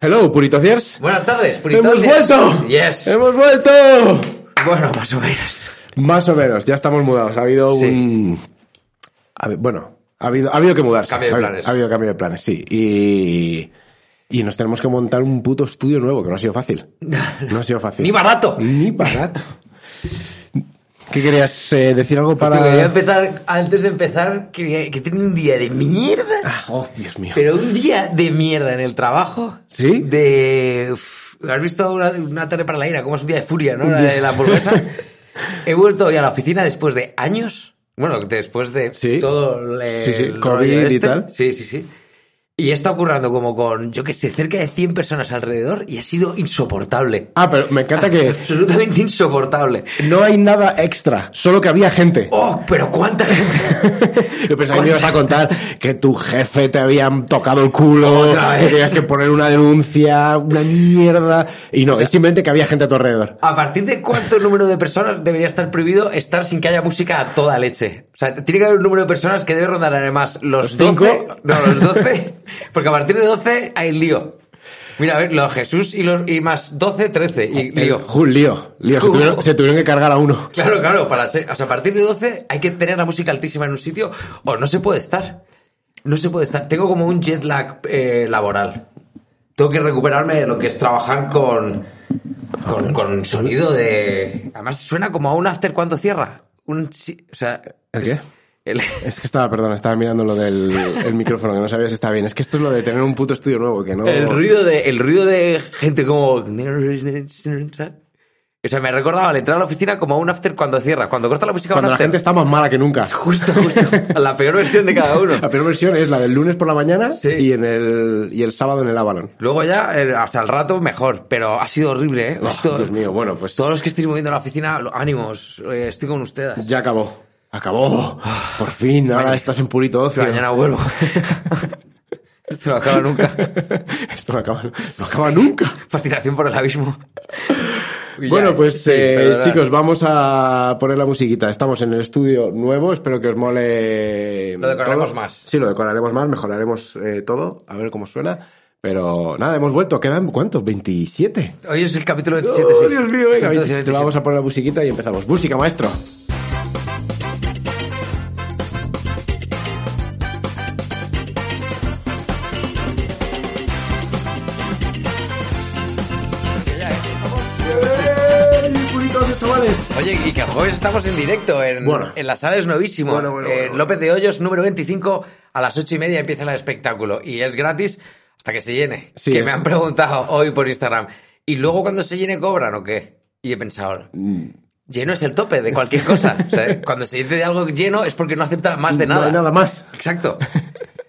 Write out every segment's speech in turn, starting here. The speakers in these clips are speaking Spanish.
Hello, puritos Diers. Buenas tardes, ¡Hemos puritanes. vuelto! Yes. ¡Hemos vuelto! Bueno, más o menos. Más o menos, ya estamos mudados. Ha habido Sí. un. ha habi- bueno, ha habido, ha habido que mudarse. Cambio de Ha habido- planes. Ha habido cambio de planes, sí. Y. Y nos tenemos que montar un puto estudio nuevo, que no ha sido fácil. No ha sido fácil. Ni barato. Ni barato. ¿Qué querías eh, decir algo para.? Te Quería empezar, antes de empezar, que, que tiene un día de mierda. Oh, Dios mío. Pero un día de mierda en el trabajo. ¿Sí? De. uf, ¿Has visto una, una tarde para la ira? Como es un día de furia, ¿no? La de la hamburguesa. He vuelto hoy a la oficina después de años. Bueno, después de Sí. todo el. Sí, sí, el COVID rollo este. y tal. Sí, sí, sí. Y he estado currando como con, yo qué sé, cerca de 100 personas alrededor y ha sido insoportable. Ah, pero me encanta que Absolutamente insoportable. no hay nada extra, solo que había gente. ¡Oh, pero cuánta gente! Yo pensaba que me ibas a contar que tu jefe te habían tocado el culo, Otra vez. que tenías que poner una denuncia, una mierda. Y no, es simplemente que había gente a tu alrededor. ¿A partir de cuánto número de personas debería estar prohibido estar sin que haya música a toda leche? O sea, tiene que haber un número de personas que debe rondar además ¿Los los cinco? 12. No, los 12. Porque a partir de 12 hay lío. Mira, a ver, los Jesús y, los, y más 12, 13. Y lío. Eh, Ju, lío, lío. Se Ju. tuvieron, se tuvieron que cargar a uno. Claro, claro, para ser- o sea, a partir de 12 hay que tener la música altísima en un sitio o no se puede estar. No se puede estar. Tengo como un jet lag eh, laboral. Tengo que recuperarme de lo que es trabajar con, con, con sonido de... Además suena como a un after cuando cierra. Un, si- o sea... ¿El qué? el- Es que estaba, perdón, estaba mirando lo del el micrófono, que no sabía si estaba bien. Es que esto es lo de tener un puto estudio nuevo, que no... El ruido de, el ruido de gente como... O sea, me recordaba al entrar a la oficina como a un after cuando cierra. Cuando corta la música, Cuando un la after. gente está más mala que nunca. Justo, justo. La peor versión de cada uno. La primera versión es la del lunes por la mañana Sí. y, en el, y el sábado en el Avalon. Luego ya, eh, hasta el rato, mejor. Pero ha sido horrible, ¿eh? Oh, Esto- Dios mío, bueno, pues Todos los que estéis moviendo en la oficina, lo- ánimos. eh, estoy con ustedes. ya acabó. Acabó. Por fin, ahora Vale. estás en purito ocio. Mañana vuelvo. Esto no acaba nunca. Esto no acaba, no acaba nunca. Fascinación por el abismo. Y ya, Bueno, pues sí, eh, perdonad. chicos, vamos a poner la musiquita. Estamos en el estudio nuevo, espero que os mole. Lo decoraremos todo. más. Sí, lo decoraremos más, mejoraremos eh, todo, a ver cómo suena. Pero nada, hemos vuelto. ¿Quedan cuántos? ¿27? Hoy es el capítulo 27, Oh, sí. Dios mío, venga, Capítulo 27. Vamos a poner la musiquita y empezamos. Música, maestro. Oye, y que el jueves estamos en directo en, Bueno. en la sala es novísimo. Bueno, bueno, en bueno, bueno. López de Hoyos, número 25, a las 8 y media empieza el espectáculo. Y es gratis hasta que se llene. Sí, que es- me han preguntado hoy por Instagram. ¿Y luego cuando se llene cobran o qué? Y he pensado, lleno es el tope de cualquier cosa. O sea, cuando se dice de algo lleno es porque no acepta más de No nada. hay nada más. Exacto.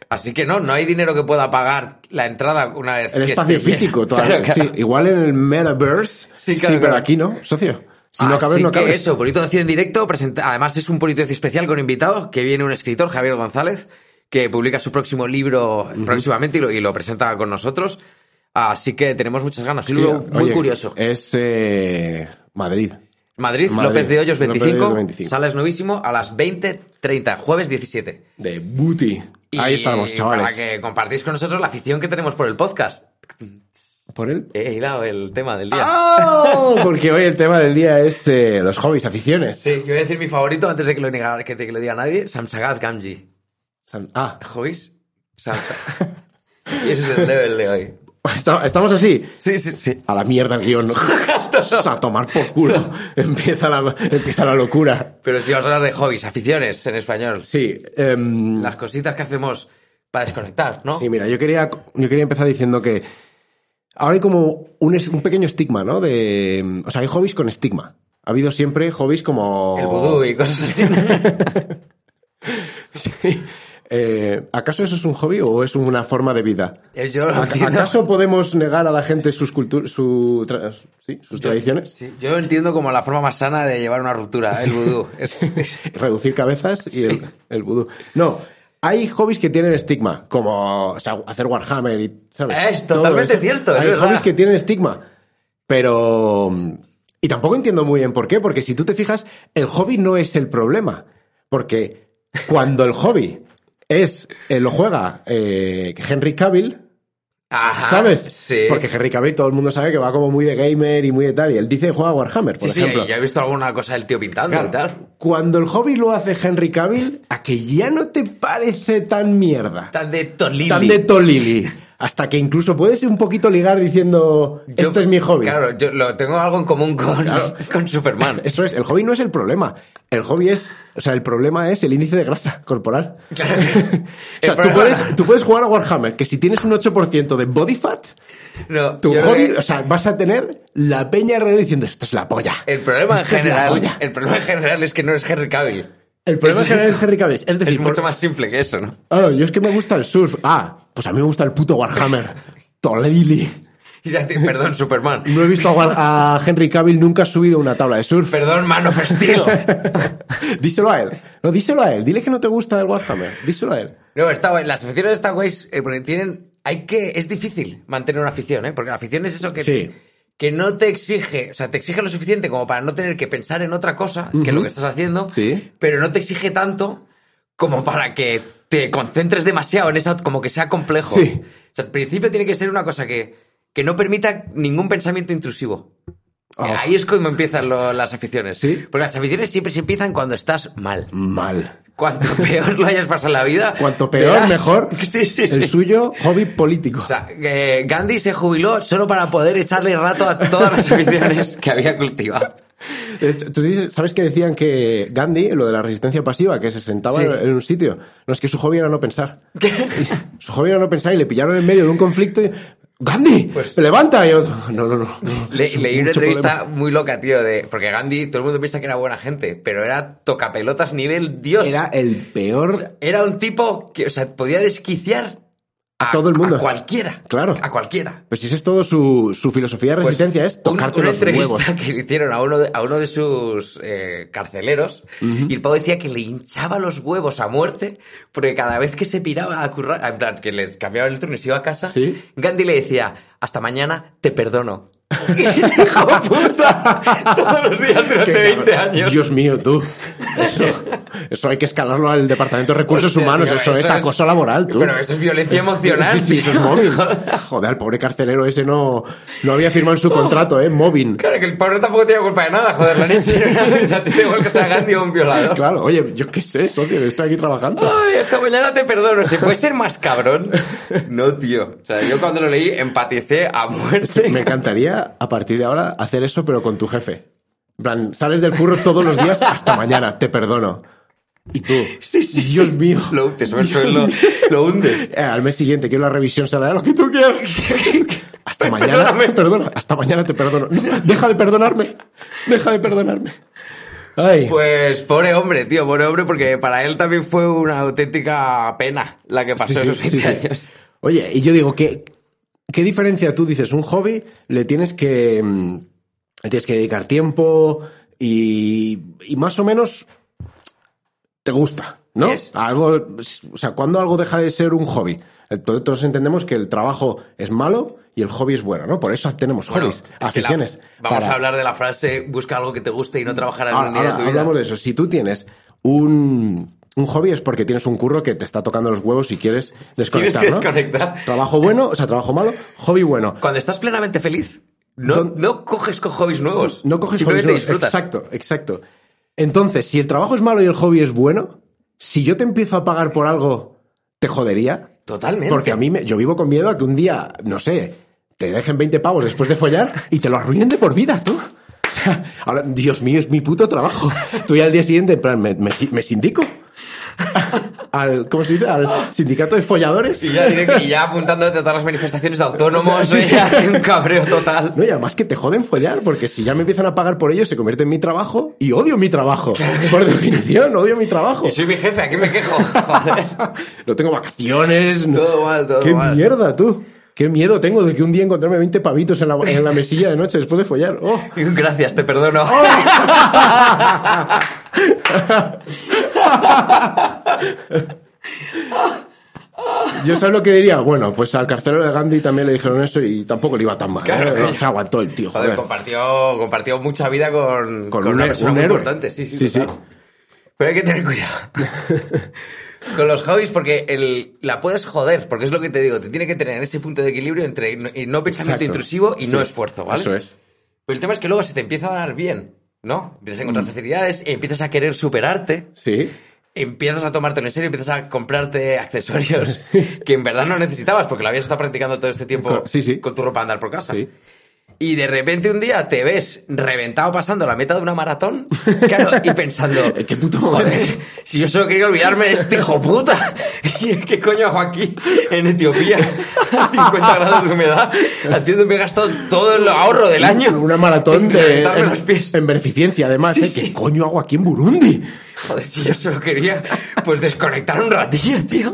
Así que no, no hay dinero que pueda pagar la entrada una vez El que espacio esté lleno. físico todavía. Claro, claro. Sí, igual en el metaverse. Sí, claro, pero claro. aquí no, socio. Si no Así cabes, no Ah, que cabes. Eso, Purito de Cien en directo. Presenta... Además, es un Purito de Cien especial con invitado que viene un escritor, Javier González, que publica su próximo libro próximamente y lo, y lo presenta con nosotros. Así que tenemos muchas ganas. Un Sí, libro muy oye, curioso. Es eh, Madrid. Madrid, Madrid, López de Hoyos López de 25, Hoyos 25. Sala es novísimo a las 20.30, jueves 17. De Booty. Ahí Y estamos, chavales. Para que compartís con nosotros la afición que tenemos por el podcast. Por el... He hilado el tema del día. ¡Oh! Porque hoy el tema del día es eh, los hobbies, aficiones. Sí, yo voy a decir mi favorito antes de que lo, niega- que te- que lo diga nadie: Samsagat Gamji. San- Ah, hobbies. Salta. y ese es el level de hoy. esta- estamos así. Sí, sí, sí. A la mierda el guión. a tomar por culo. empieza, la, empieza la locura. Pero si vamos a hablar de hobbies, aficiones en español. Sí. em, Las cositas que hacemos para desconectar, ¿no? Sí, mira, yo quería, yo quería empezar diciendo que ahora hay como un, es- un pequeño estigma, ¿no? De, o sea, hay hobbies con estigma. Ha habido siempre hobbies como... El vudú y cosas así. Sí. Eh, ¿Acaso eso es un hobby o es una forma de vida? Eh, Yo lo ¿A- entiendo. ¿Acaso podemos negar a la gente sus culturas, su tra- sí, sus tradiciones? Sí, yo lo entiendo como la forma más sana de llevar una ruptura, el vudú. Es- es- reducir cabezas y el, el vudú. No, hay hobbies que tienen estigma, como o sea, hacer Warhammer y, ¿sabes? Es Todo totalmente eso. cierto, es Hay verdad. hobbies que tienen estigma, pero... Y tampoco entiendo muy bien por qué, porque si tú te fijas, el hobby no es el problema, porque cuando el hobby es, eh, lo juega eh, Henry Cavill, Ajá, ¿Sabes? Ah, Sí. Porque Henry Cavill todo el mundo sabe que va como muy de gamer y muy de tal, y él dice que juega a Warhammer, por Sí, sí, ejemplo. yo he visto alguna cosa del tío pintando Claro, y tal. Cuando el hobby lo hace Henry Cavill, a que ya no te parece tan mierda. Tan de Tolili. Tan de tolili. Hasta que incluso puedes un poquito ligar diciendo, Yo- este es mi hobby. Claro, yo lo tengo algo en común con, con Superman. Eso es, el hobby no es el problema. El hobby es, o sea, el problema es el índice de grasa corporal. Claro. O sea, El tú problema- puedes, tú puedes jugar a Warhammer, que si tienes un 8% de body fat, No, tu yo creo hobby, que o sea, vas a tener la peña alrededor diciendo, esto es la polla. El problema, en Esto es la general, polla". el problema en general es que no eres Henry Cavill. El problema es- en general es Henry Cavill. Es decir, Es mucho por- más simple que eso, ¿no? Ah, yo es que me gusta el surf. Ah, pues a mí me gusta el puto Warhammer. Tolili. Y ya te- Perdón, Superman. No he visto a, War- a Henry Cavill nunca subido a una tabla de surf. Perdón, Man of Steel. díselo a él. No, díselo a él. Dile que no te gusta el Warhammer. Díselo a él. No, está guay. Las aficiones están guays eh, porque tienen... Hay que... Es difícil mantener una afición, ¿eh? Porque la afición es eso que... Sí. Que no te exige... O sea, te exige lo suficiente como para no tener que pensar en otra cosa que lo que estás haciendo. Sí. Pero no te exige tanto como para que te concentres demasiado en eso, como que sea complejo. Sí. O sea, al principio tiene que ser una cosa que, que no permita ningún pensamiento intrusivo. Oh. Ahí es cuando empiezan lo- las aficiones. Sí. Porque las aficiones siempre se empiezan cuando estás mal. Mal. Cuanto peor lo hayas pasado en la vida. Cuanto peor, verás- mejor. Sí, sí, El sí. suyo, hobby político. O sea, eh, Gandhi se jubiló solo para poder echarle rato a todas las aficiones que había cultivado. De hecho, Tú dices, ¿sabes que decían que Gandhi, lo de la resistencia pasiva, que se sentaba Sí. en un sitio? No, es que su hobby era no pensar. Su hobby era no pensar y le pillaron en medio de un conflicto y... ¡Gandhi! ¡Levanta! Y el otro, no, no, no. no, Pues Le- es leí una mucho entrevista problema". muy loca, tío, de porque Gandhi, todo el mundo piensa que era buena gente, pero era tocapelotas nivel Dios. Era el peor... Era un tipo que, o sea, podía desquiciar A todo el mundo. A cualquiera. Claro. A cualquiera. Pues si esa es todo su, su filosofía de Pues, resistencia, es un- tocarte una los entrevista huevos. que le hicieron a uno de, a uno de sus eh, carceleros y el pavo decía que le hinchaba los huevos a muerte porque cada vez que se piraba a currar, en plan, que les cambiaba el turno y se iba a casa, Sí. Gandhi le decía, hasta maamañana te perdono. ¡Hijo de puta! Todos los días durante Qué 20 cabrón. años. Dios mío, tú. Eso, eso hay que escalarlo al Departamento de Recursos Hostia, Humanos. tío, eso, es eso es- acoso laboral, tú. Pero eso es violencia Sí, emocional. sí, eso es tío. móvil. Joder, el pobre carcelero ese no, no había firmado en su contrato, ¿eh? Móvil. Claro, que el pobre tampoco tenía culpa de nada, joder, la leche. A ti te vuelcas a Gandhi o un violador. Claro, oye, yo qué sé, socio, que estoy aquí trabajando. Ay, esta mañana te perdono. ¿Se puede ser más cabrón? No, tío. O sea, yo cuando lo leí empaticé a muerte. Me encantaría, a partir de ahora, hacer eso, pero con tu jefe. En plan, sales del curro todos los días hasta mañana, te perdono. Y tú, Sí, sí, sí. Dios mío. Lo hundes, sobre el suelo, lo hundes. Eh, al mes siguiente quiero la revisión salarial, lo que tú quieras. Hasta mañana, Perdóname. perdona, hasta mañana te perdono. No, deja de perdonarme, deja de perdonarme. Ay, Pues pobre hombre, tío, pobre hombre, porque para él también fue una auténtica pena la que pasó Sí, sí, esos 20 sí, sí. años. Oye, y yo digo, ¿qué, ¿qué diferencia tú dices? Un hobby le tienes que. mm, le tienes que dedicar tiempo y. y más o menos. te gusta, ¿no? Yes. Algo. O sea, ¿cuándo algo deja de ser un hobby? Eh, to- Todos entendemos que el trabajo es malo y el hobby es bueno, ¿no? Por eso tenemos Bueno, hobbies, es que la- aficiones. vamos para- Ah, a hablar de la frase busca algo que te guste y no trabajarás Ahora, un día de ahora tu vida. hablamos de eso. Si tú tienes un, un hobby es porque tienes un curro que te está tocando los huevos y quieres desconectar. Tienes ¿no? que desconectar. Trabajo bueno, o sea, trabajo malo, hobby bueno. Cuando estás plenamente feliz, no, Don- no coges con hobbies nuevos. No coges hobbies Simplemente nuevos. disfrutas. Exacto, exacto. Entonces, si el trabajo es malo y el hobby es bueno, si yo te empiezo a pagar por algo, ¿te jodería? Totalmente. Porque a mí me- yo vivo con miedo a que un día, no sé, te dejen 20 pavos después de follar y te lo arruinen de por vida, tú. O sea, ahora, Dios mío, es mi puto trabajo. Tú ya al día siguiente, en plan, me, me, me sindico. al, ¿cómo se dice? Al sindicato de folladores. Y ya, diré que- y ya apuntándote a todas las manifestaciones de autónomos, Sí, sí. ya, que un cabreo total. No, y además que te joden follar, porque si ya me empiezan a pagar por ello, se convierte en mi trabajo y odio mi trabajo. Por definición, odio mi trabajo. Y soy mi jefe, aquí me quejo. Joder. No tengo vacaciones. no- Todo mal, todo ¡Qué mal. mierda, tú! ¡Qué miedo tengo de que un día encontrarme 20 pavitos en la, en la mesilla de noche después de follar! ¡Oh! Gracias, te perdono. Yo sabes lo que diría. Bueno, pues al carcelero de Gandhi también le dijeron eso y tampoco le iba tan mal. Claro, ¿eh? claro. Se aguantó el tío, Joder, joder. compartió, compartió mucha vida con, con una he- persona muy héroe. importante, sí, sí, total. Pero hay que tener cuidado con los hobbies porque el, la puedes joder, porque es lo que te digo, te tiene que tener ese punto de equilibrio entre no, y no pensamiento Exacto. intrusivo y no Sí, esfuerzo, ¿vale? Eso es. Pero el tema es que luego se te empieza a dar bien, ¿no? Empiezas a encontrar facilidades, empiezas a querer superarte, Sí. empiezas a tomártelo en serio, empiezas a comprarte accesorios que en verdad no necesitabas porque lo habías estado practicando todo este tiempo Co- sí, sí. con tu ropa de andar por casa. Sí. Y de repente un día te ves reventado pasando la meta de una maratón, claro, y pensando, Qué puto joder, si yo solo quería olvidarme de este hijo puta, ¿qué coño hago aquí en Etiopía a 50 grados de humedad, haciéndome gastado todo el ahorro del año? Una maratón en de. reventarme En, los pies. en beneficencia, además. Sí, ¿eh? sí. ¿Qué coño hago aquí en Burundi? Joder, si yo solo quería pues desconectar un ratillo, tío.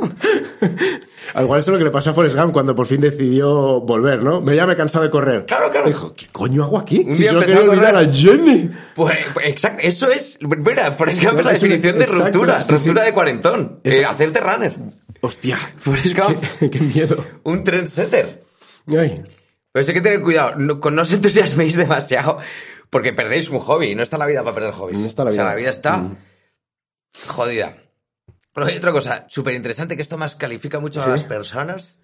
Al igual eso es lo que le pasó a Forrest Gump cuando por fin decidió volver, ¿no? Me ya me he cansado de correr. Claro, claro. Dijo, ¿qué coño hago aquí? Un si día yo empezó quería a correr. olvidar a Jenny. Pues, pues, exacto, eso es, mira, por eso es la Es una- definición de exacto, ruptura, sí, sí. ruptura de cuarentón, Es- eh, hacerte runner, Hostia. Forrest Gump. Qué, qué miedo. un trendsetter. Ay. Pero sí que tener cuidado, no, con no os entusiasméis demasiado, porque perdéis un hobby, no está la vida para perder hobbies. No está la O sea, vida. Mm. la vida está jodida. Luego hay otra cosa súper interesante que esto más califica mucho Sí. a las personas,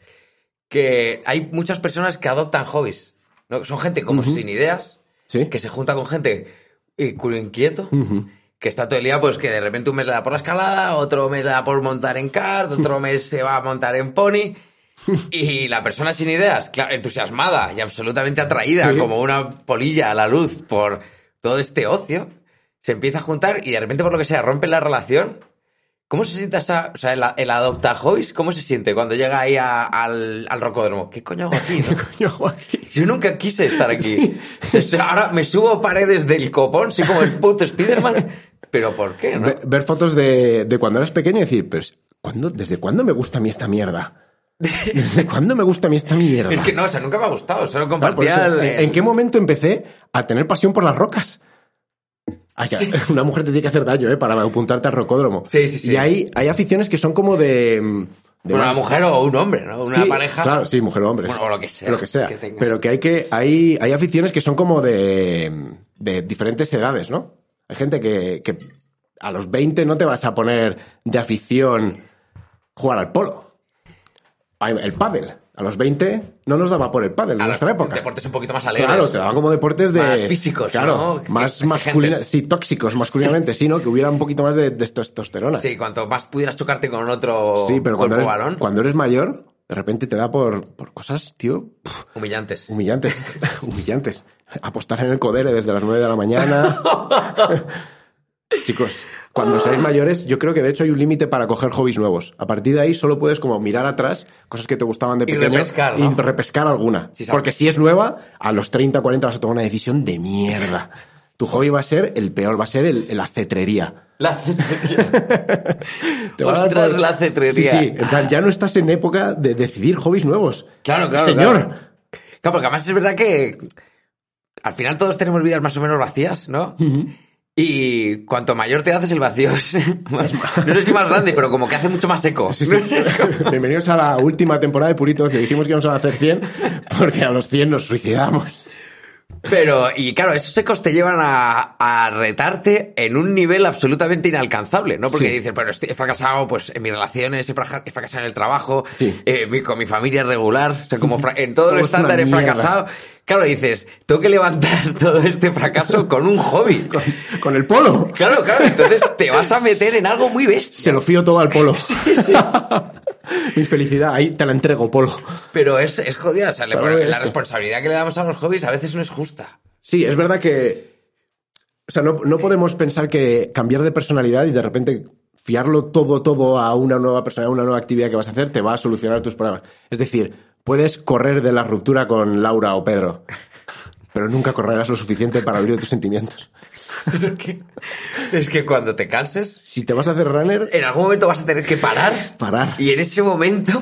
que hay muchas personas que adoptan hobbies. ¿no? Son gente como sin ideas, Sí. que se junta con gente eh, culo inquieto, que está todo el día, pues que de repente un mes le da por la escalada, otro mes le da por montar en kart, otro mes se va a montar en pony. Y la persona sin ideas, claro, entusiasmada y absolutamente atraída, Sí. como una polilla a la luz por todo este ocio, se empieza a juntar y de repente, por lo que sea, rompe la relación. ¿Cómo se siente esa, o sea, el, el adopta hobbies? ¿Cómo se siente cuando llega ahí a- al, al rocódromo? ¿Qué coño hago aquí? no? coño hago aquí? Yo nunca quise estar aquí. O sea, ahora me subo paredes del copón, soy como el puto Spiderman. Pero ¿por qué? no? Ve- ver fotos de, de cuando eras pequeño y decir, pero es- ¿cuándo- ¿desde cuándo me gusta a mí esta mierda? ¿Desde cuándo me gusta a mí esta mierda? Es que no, o sea, nunca me ha gustado. Solo Claro, por compartía eso, el- ¿en- ¿En qué momento empecé a tener pasión por las rocas? Ay, que- Una mujer te tiene que hacer daño, ¿eh? Para apuntarte al rocódromo. Sí, sí, sí. Y hay, hay aficiones que son como de... mm, de Bueno, una mujer o un hombre, ¿no? Una Sí, pareja. Claro, sí, mujer o hombre. Bueno, o lo que sea Lo que sea. que tengas. Pero que hay que. Hay, hay aficiones que son como de, de diferentes edades, ¿no? Hay gente que, que a los 20 no te vas a poner de afición jugar al polo. Hay- El pádel. A los 20 no nos daba por el pádel en A nuestra los época. Deportes un poquito más alegres. Claro, te daban como deportes de. Más físicos, claro, ¿no? Más Exigentes. masculinos. Sí, tóxicos masculinamente, sí, ¿no? Que hubiera un poquito más de, de testosterona. Sí, cuanto más pudieras chocarte con otro Sí, pero cuerpo cuando eres, varón, cuando eres mayor, de repente te da por, por cosas, tío, pf, humillantes. humillantes. humillantes. Apostar en el codere desde las 9 de la mañana. Chicos, cuando seáis mayores, yo creo que de hecho hay un límite para coger hobbies nuevos. A partir de ahí solo puedes como mirar atrás cosas que te gustaban de Y pequeño repescar, ¿no? y repescar alguna. Sí, sabe. Porque si es nueva, a los 30 40 vas a tomar una decisión de mierda. Tu hobby va a ser el peor, va a ser el, la cetrería. La- Te va a dar Ostras, por- la cetrería. Sí, sí. En plan, ya no estás en época de decidir hobbies nuevos. Claro, claro, Señor. claro. Claro, porque además es verdad que al final todos tenemos vidas más o menos vacías, ¿no? Y cuanto mayor te haces, el vacío es más, no sé si más grande, pero como que hace mucho más seco. Sí, sí. Bienvenidos a la última temporada de Purito. Que dijimos que íbamos a hacer 100 porque a los 100 nos suicidamos. Pero, y claro, esos secos te llevan a, a retarte en un nivel absolutamente inalcanzable, ¿no? Porque Sí. dices, pero estoy, he fracasado pues, en mis relaciones, he fraja- he fracasado en el trabajo, Sí. eh, mi- con mi familia regular, o sea, como fra- en todo Todo lo es una estándar he mierda. fracasado. Claro, dices, tengo que levantar todo este fracaso con un hobby. Con el polo. Claro, claro, entonces te vas a meter en algo muy bestia. Se lo fío todo al polo. Mi felicidad, ahí te la entrego, polo. Pero es, es jodida, o sea, le Sabe pones- la esto. responsabilidad que le damos a los hobbies a veces no es justa. Sí, es verdad que. O sea, no, no podemos pensar que cambiar de personalidad y de repente fiarlo todo, todo a una nueva persona, a una nueva actividad que vas a hacer, te va a solucionar tus problemas. Es decir, puedes correr de la ruptura con Laura o Pedro, pero nunca correrás lo suficiente para huir de tus sentimientos. Es que cuando te canses, Si te vas a hacer runner, en algún momento vas a tener que parar. Parar. Y en ese momento,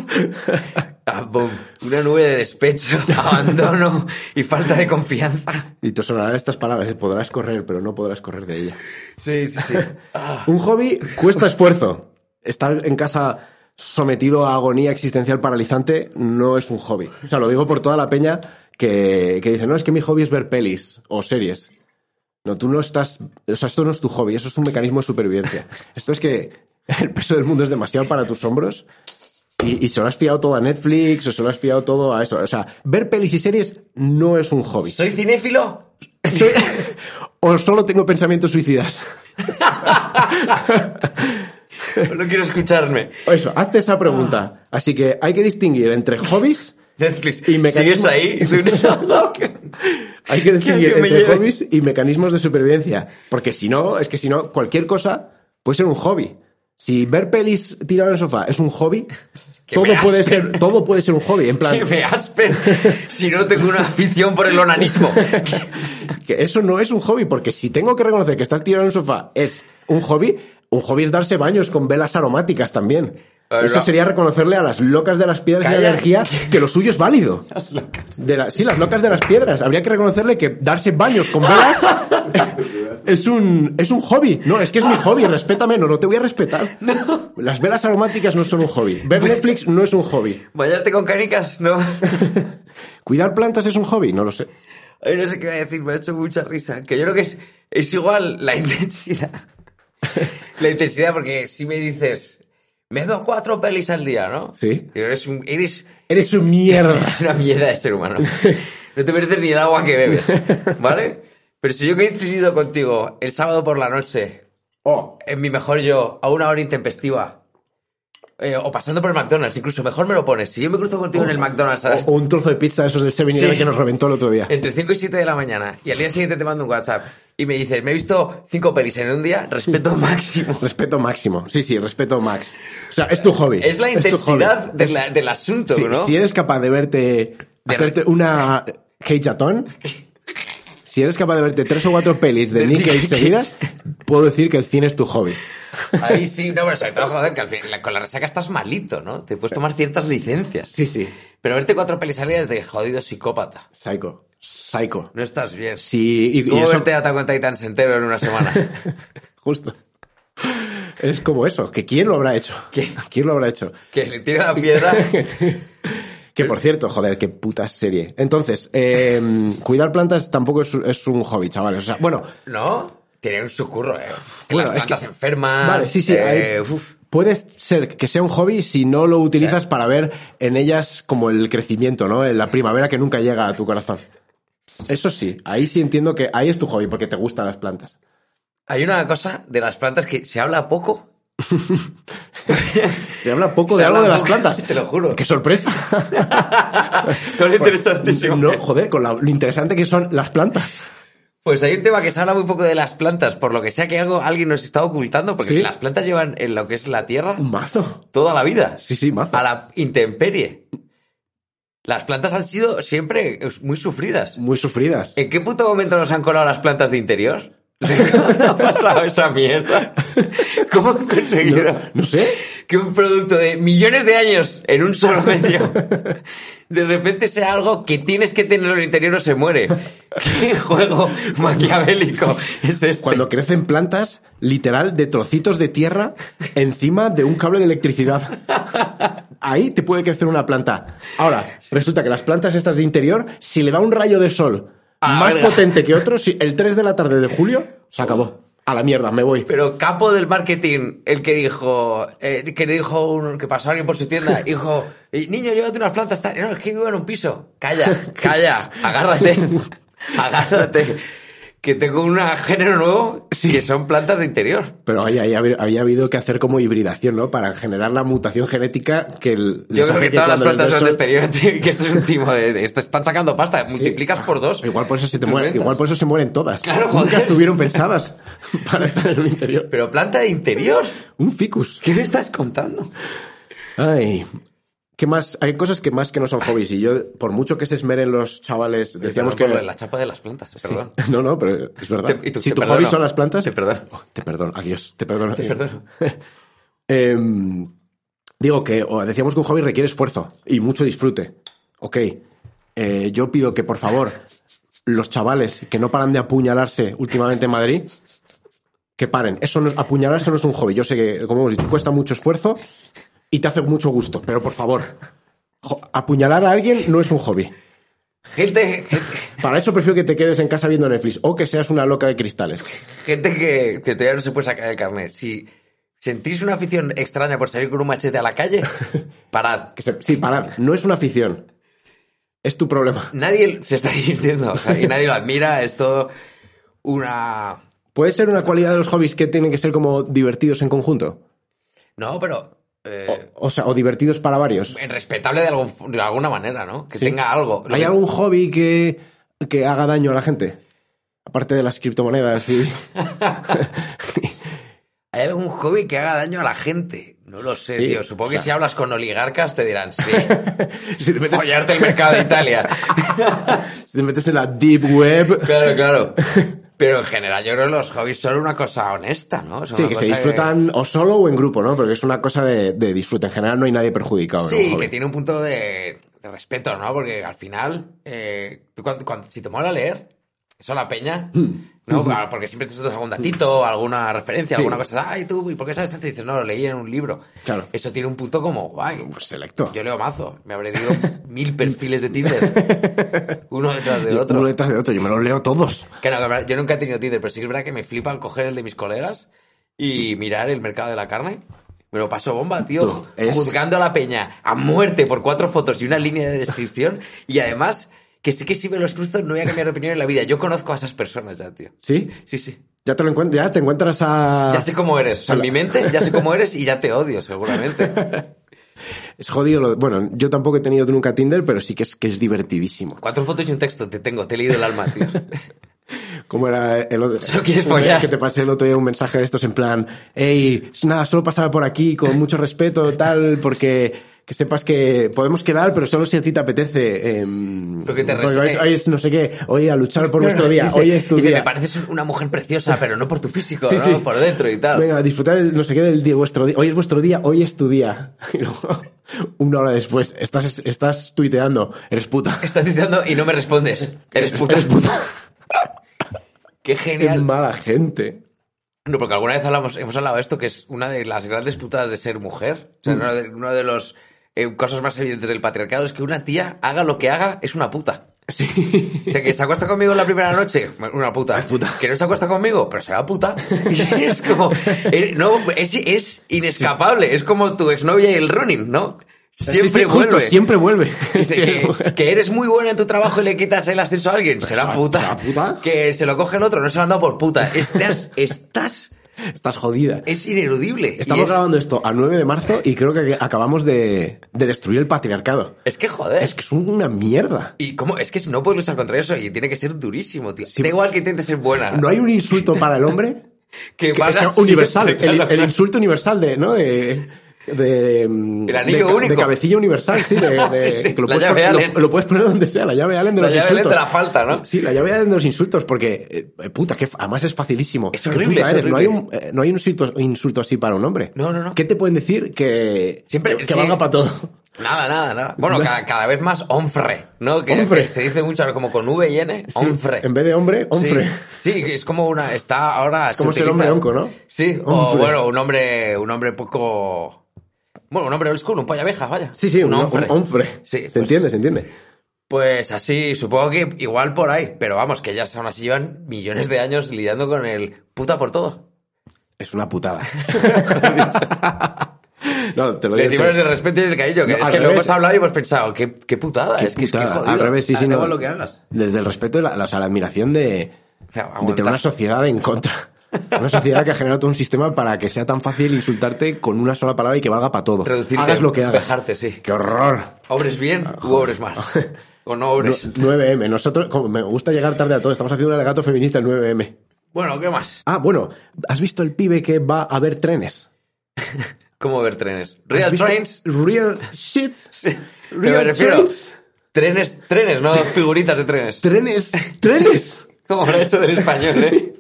ah, boom, una nube de despecho, abandono y falta de confianza. y te sonarán estas palabras, eh, podrás correr, pero no podrás correr de ella. Sí, sí, sí. Un hobby cuesta esfuerzo. Estar en casa sometido a agonía existencial paralizante no es un hobby. O sea, lo digo por toda la peña que, que dice, no, es que mi hobby es ver pelis o series. No, tú no estás... O sea, esto no es tu hobby, eso es un mecanismo de supervivencia. Esto es que el peso del mundo es demasiado para tus hombros y, y se lo has fiado todo a Netflix o se lo has fiado todo a eso. O sea, ver pelis y series no es un hobby. ¿Soy cinéfilo? Soy- o solo tengo pensamientos suicidas. No quiero escucharme. Eso, hazte esa pregunta. Ah. Así que hay que distinguir entre hobbies, Netflix. Y mecanismo- ¿Sigues ahí? Soy un- hay que distinguir alguien me entre lleve. hobbies y mecanismos de supervivencia. Porque si no, es que si no, cualquier cosa puede ser un hobby. Si ver pelis tirado en el sofá es un hobby, Que todo me puede, aspen. ser, todo puede ser un hobby. En plan, Que me aspen si no tengo una afición por el onanismo. que eso no es un hobby, porque si tengo que reconocer que estar tirado en el sofá es un hobby, un hobby es darse baños con velas aromáticas también. Eh, Eso no. sería reconocerle a las locas de las piedras y Calla. la energía que lo suyo es válido. De la- sí, las locas de las piedras. Habría que reconocerle que darse baños con velas es un, es un hobby. No, es que es mi hobby. Respétame, no, no te voy a respetar. Las velas aromáticas no son un hobby. Ver Netflix no es un hobby. Bañarte con canicas, no. Cuidar plantas es un hobby, no lo sé. Ay, no sé qué voy a decir, me ha hecho mucha risa. Que yo creo que es, es igual la intensidad. La intensidad, porque si me dices, me veo cuatro pelis al día, ¿no? Sí. Pero eres, un- eres, Eres un mierda. eres una mierda de ser humano. No te mereces ni el agua que bebes, ¿vale? Pero si yo que he coincidido contigo el sábado por la noche, Oh, en mi mejor yo, a una hora intempestiva, eh, o pasando por el McDonald's, incluso mejor me lo pones. Si yo me cruzo contigo en el McDonald's a las o, o un trozo de pizza de esos del 7 Sí. Eleven que nos reventó el otro día. entre 5 y 7 de la mañana y al día siguiente te mando un WhatsApp y me dices, me he visto 5 pelis en un día, respeto máximo. Respeto máximo. Sí, sí, respeto max. O sea, es tu hobby. Es la tu intensidad hobby. de la- del asunto, Sí, ¿no? Si eres capaz de verte, De- hacerte una Keijatón, si eres capaz de verte tres o cuatro pelis de De Nick Nick Cage Cage. seguidas, puedo decir que el cine es tu hobby. Ahí sí, no, pero sobre todo, joder, que al fin, la- con la resaca estás malito, ¿no? Te puedes tomar ciertas licencias. Sí, sí. Pero verte cuatro pelis al día es de jodido psicópata. Psycho. Psycho. No estás bien. Sí, y, y ¿Cómo eso- verte a Attack on Titans entero en una semana? Justo. Es como eso, que quién lo habrá hecho. ¿Quién? ¿Quién lo habrá hecho? que le tira la piedra. Que por cierto, joder, qué puta serie. Entonces, eh, cuidar plantas tampoco es, es un hobby, chavales. O sea, bueno, ¿No? Tiene su curro, ¿eh? Que Bueno, las es que- plantas enfermas. Vale, sí, sí. eh, hay- uf. Puede ser que sea un hobby si no lo utilizas para ver en ellas como el crecimiento, ¿no? En la primavera que nunca llega a tu corazón. Eso sí, ahí sí entiendo que ahí es tu hobby porque te gustan las plantas. Hay una cosa de las plantas que se habla poco Se habla poco Se de algo habla de las poco, plantas. te lo juro. ¡Qué sorpresa! Con interesantísimo. No, joder, con la- lo interesante que son las plantas. Pues hay un tema que se habla muy poco de las plantas, por lo que sea que algo alguien nos está ocultando, porque Sí. las plantas llevan en lo que es la tierra Un mazo. toda la vida. Sí, sí, mazo. A la intemperie. Las plantas han sido siempre muy sufridas. Muy sufridas. ¿En qué puto momento nos han colado las plantas de interior? ¿Cómo ha pasado esa mierda? ¿Cómo han conseguido No sé. que un producto de millones de años en un solo medio de repente sea algo que tienes que tener en el interior o se muere? ¿Qué juego maquiavélico es este? Cuando crecen plantas, literal, de trocitos de tierra encima de un cable de electricidad. Ahí te puede crecer una planta. Ahora, resulta que las plantas estas de interior, si le da un rayo de sol Ah, más verga. potente que otro, si el 3 de la tarde de julio, se acabó. A la mierda, me voy. Pero capo del marketing, el que dijo, eh, que le dijo un- que pasó alguien por su tienda, dijo, "Eh, niño, llévate unas plantas. tal". No, es que vivo en un piso. Calla, calla, agárrate, agárrate. que tengo un género nuevo que son plantas de interior. Pero ahí, ahí había, había habido que hacer como hibridación, ¿no? Para generar la mutación genética que el. Yo les creo hace que todas las cuando les plantas da son de el sol- exterior, tío, que esto es un timo de, de- esto están sacando pasta, multiplicas por dos. Ah, Igual por eso se te tus mueren, ventas. igual por eso se mueren todas. Claro, Nunca joder. estuvieron pensadas para estar en un interior. Pero planta de interior, Un ficus. ¿qué me estás contando? Ay. ¿Qué más? Hay cosas que más que no son hobbies. Y yo, por mucho que se esmeren los chavales, decíamos Perdón que. por La chapa de las plantas, perdón. No, no, pero es verdad. Te- y tú- si te tu perdono. hobby son las plantas, Te perdono. Oh, te perdono, adiós, te perdono. Te perdono. Em, digo que o decíamos que un hobby requiere esfuerzo y mucho disfrute. Ok, eh, yo pido que por favor los chavales que no paran de apuñalarse últimamente en Madrid, que paren. Eso no es- apuñalarse no es un hobby. Yo sé que, como hemos dicho, cuesta mucho esfuerzo y te hace mucho gusto, pero por favor, jo- apuñalar a alguien no es un hobby. Gente, gente, Para eso prefiero que te quedes en casa viendo Netflix o que seas una loca de cristales. gente que, que todavía no se puede sacar el carnet. Si sentís una afición extraña por salir con un machete a la calle, parad. Que se- sí, parad, no es una afición. Es tu problema. Nadie se está divirtiendo, o sea, y nadie lo admira, es todo una... ¿Puede ser una cualidad de los hobbies que tienen que ser como divertidos en conjunto? No, pero... eh, O sea, o divertidos para varios. respetable de, algún- de alguna manera, ¿no? Que Sí. tenga algo. Lo ¿Hay que- algún hobby que, que haga daño a la gente? Aparte de las criptomonedas y... ¿Hay algún hobby que haga daño a la gente? No lo sé, Sí, tío. Supongo o que sea- si hablas con oligarcas te dirán, sí, si, te metes, follarte el mercado de Italia. si te metes en la deep web... claro, claro. Pero en general yo creo que los hobbies son una cosa honesta, ¿no? Es Sí, una que se cosa disfrutan o solo o en grupo, ¿no? Porque es una cosa de, de disfrute. En general no hay nadie perjudicado. en un Sí, hobby. que tiene un punto de, de respeto, ¿no? Porque al final, eh, tú cuando- cuando- si te mola leer, eso la peña, ¿no? Ah, Porque siempre te sueltas algún datito, alguna referencia, Hmm. Sí. alguna cosa. Ay, tú, ¿y por qué sabes tanto? Y dices, no, lo leí en un libro. Claro. Eso tiene un punto como, guay. Pues selecto. Yo leo mazo. Me habré leído mil perfiles de Tinder. uno detrás del otro. Uno detrás de otro. Yo me los leo todos. Que no, que verdad, yo nunca he tenido Tinder, pero sí que es verdad que me flipa el coger el de mis colegas y mirar el mercado de la carne. Me lo paso bomba, tío. Tú, es- Juzgando a la peña a muerte por cuatro fotos y una línea de descripción. Y además, que sé que si me los cruzo no voy a cambiar de opinión en la vida. Yo conozco a esas personas ya, tío. ¿Sí? Sí, sí. Ya te lo encuentras, ya te encuentras a... Ya sé cómo eres. O sea, en mi mente ya sé cómo eres y ya te odio, seguramente. Es jodido lo de- Bueno, yo tampoco he tenido nunca Tinder, pero sí que es, que es divertidísimo. Cuatro fotos y un texto. Te tengo, te he leído el alma, tío. ¿Cómo era el otro? Solo quieres una vez follar. Que te pasé el otro día un mensaje de estos en plan, hey, nada, solo pasaba por aquí con mucho respeto, tal, porque que sepas que podemos quedar, pero solo si a ti te apetece. em, Porque te res- vais- hoy es no sé qué, hoy a luchar por nuestro día, Dice- hoy es tu dice, día. Me pareces una mujer preciosa, pero no por tu físico, Sí, ¿no? sí. Por dentro y tal. Venga, a disfrutar el no sé qué del día, vuestro día. Hoy es vuestro día, hoy es tu día. Y luego, una hora después, estás, estás tuiteando, eres puta. Estás diciendo y no me respondes. Eres puta. Eres puta. Qué Qué genial. mala gente. No, porque alguna vez hablamos, hemos hablado de esto, que es una de las grandes putadas de ser mujer. O sea, Mm. uno de, uno de los eh, cosas más evidentes del patriarcado es que una tía, haga lo que haga, es una puta. Sí. O sea, que se acuesta conmigo la primera noche, una puta. Que no se acuesta conmigo, pero se va puta. Y es como, eh, no, es, es inescapable. Es como tu exnovia y el running, ¿no? Sí, Siempre sí, vuelve. justo, siempre vuelve. Dice Sí, que, vuelve. que eres muy buena en tu trabajo y le quitas el ascenso a alguien. Será será- puta. será puta. Que se lo coge el otro, no se lo han dado por puta. Estás, estás, Estás jodida. es ineludible. Y Estamos es, grabando esto a 9 de marzo y creo que acabamos de, de destruir el patriarcado. es que joder. Es que es una mierda. Y cómo, es que si no puedes luchar contra eso y tiene que ser durísimo, tío. Sí. Da igual que intentes ser buena. No hay un insulto para el hombre que que valga sea siempre, universal. El- claro, el, claro. insulto universal de, ¿no? De, de, mm, El anillo de ca- único. de cabecilla universal, sí, de, de- Sí, sí, que lo, la puedes llave poner, lo- Allen. lo puedes poner donde sea, la llave Allen de La los llave Allen insultos. de la falta, ¿no? Sí, la llave Allen de los insultos, porque, eh, puta, que f- además es facilísimo. Es Qué horrible, puta es eres. No hay un, horrible. eh, no hay un insulto, insulto así para un hombre. No, no, no. ¿Qué te pueden decir que, Siempre- que, sí. valga para todo? Nada, nada, nada. Bueno, ca- cada, vez más hombre, ¿no? Que, Hombre. que se dice mucho ahora como con V y N, Sí, hombre. En vez de hombre, hombre. Sí, sí, es como una. Está ahora. Es como ser hombre onco, ¿no? Sí, o Hombre. bueno, un hombre, un hombre poco. Bueno, un hombre old school, un polla abeja, vaya. Sí, sí, un, hombre. hombre. Sí, se pues- entiende, se entiende. Pues así, supongo que igual por ahí, pero vamos, que ya aún así llevan millones de años lidiando con el puta por todo. Es una putada. no, te lo digo. Le en dimos serio. de respeto y el cariño, que No, es al que lo revés. hemos hablado y hemos pensado, qué, qué putada, Qué es que es que putada. jodido. Al revés, sí, Ah, sí, da no. igual lo que hagas. Desde el respeto, y la, la- o sea, la admiración de, sea, de tener una aguantar. sociedad en contra. Una sociedad que ha generado un sistema para que sea tan fácil insultarte con una sola palabra y que valga para todo. Reducirte, hagas lo que hagas. vejarte, sí. ¡Qué horror! Obres bien u obres mal. O no obres. 9M. Nosotros, como me gusta llegar tarde a todo, estamos haciendo un alegato feminista el 9M. Bueno, ¿qué más? Ah, bueno, ¿has visto el pibe que va a ver trenes? ¿Cómo ver trenes? ¿Has Real visto trains. Real shit. me Real refiero. trains. Trenes, trenes, no figuritas de trenes. Trenes, trenes. Como lo ha hecho del español, ¿eh?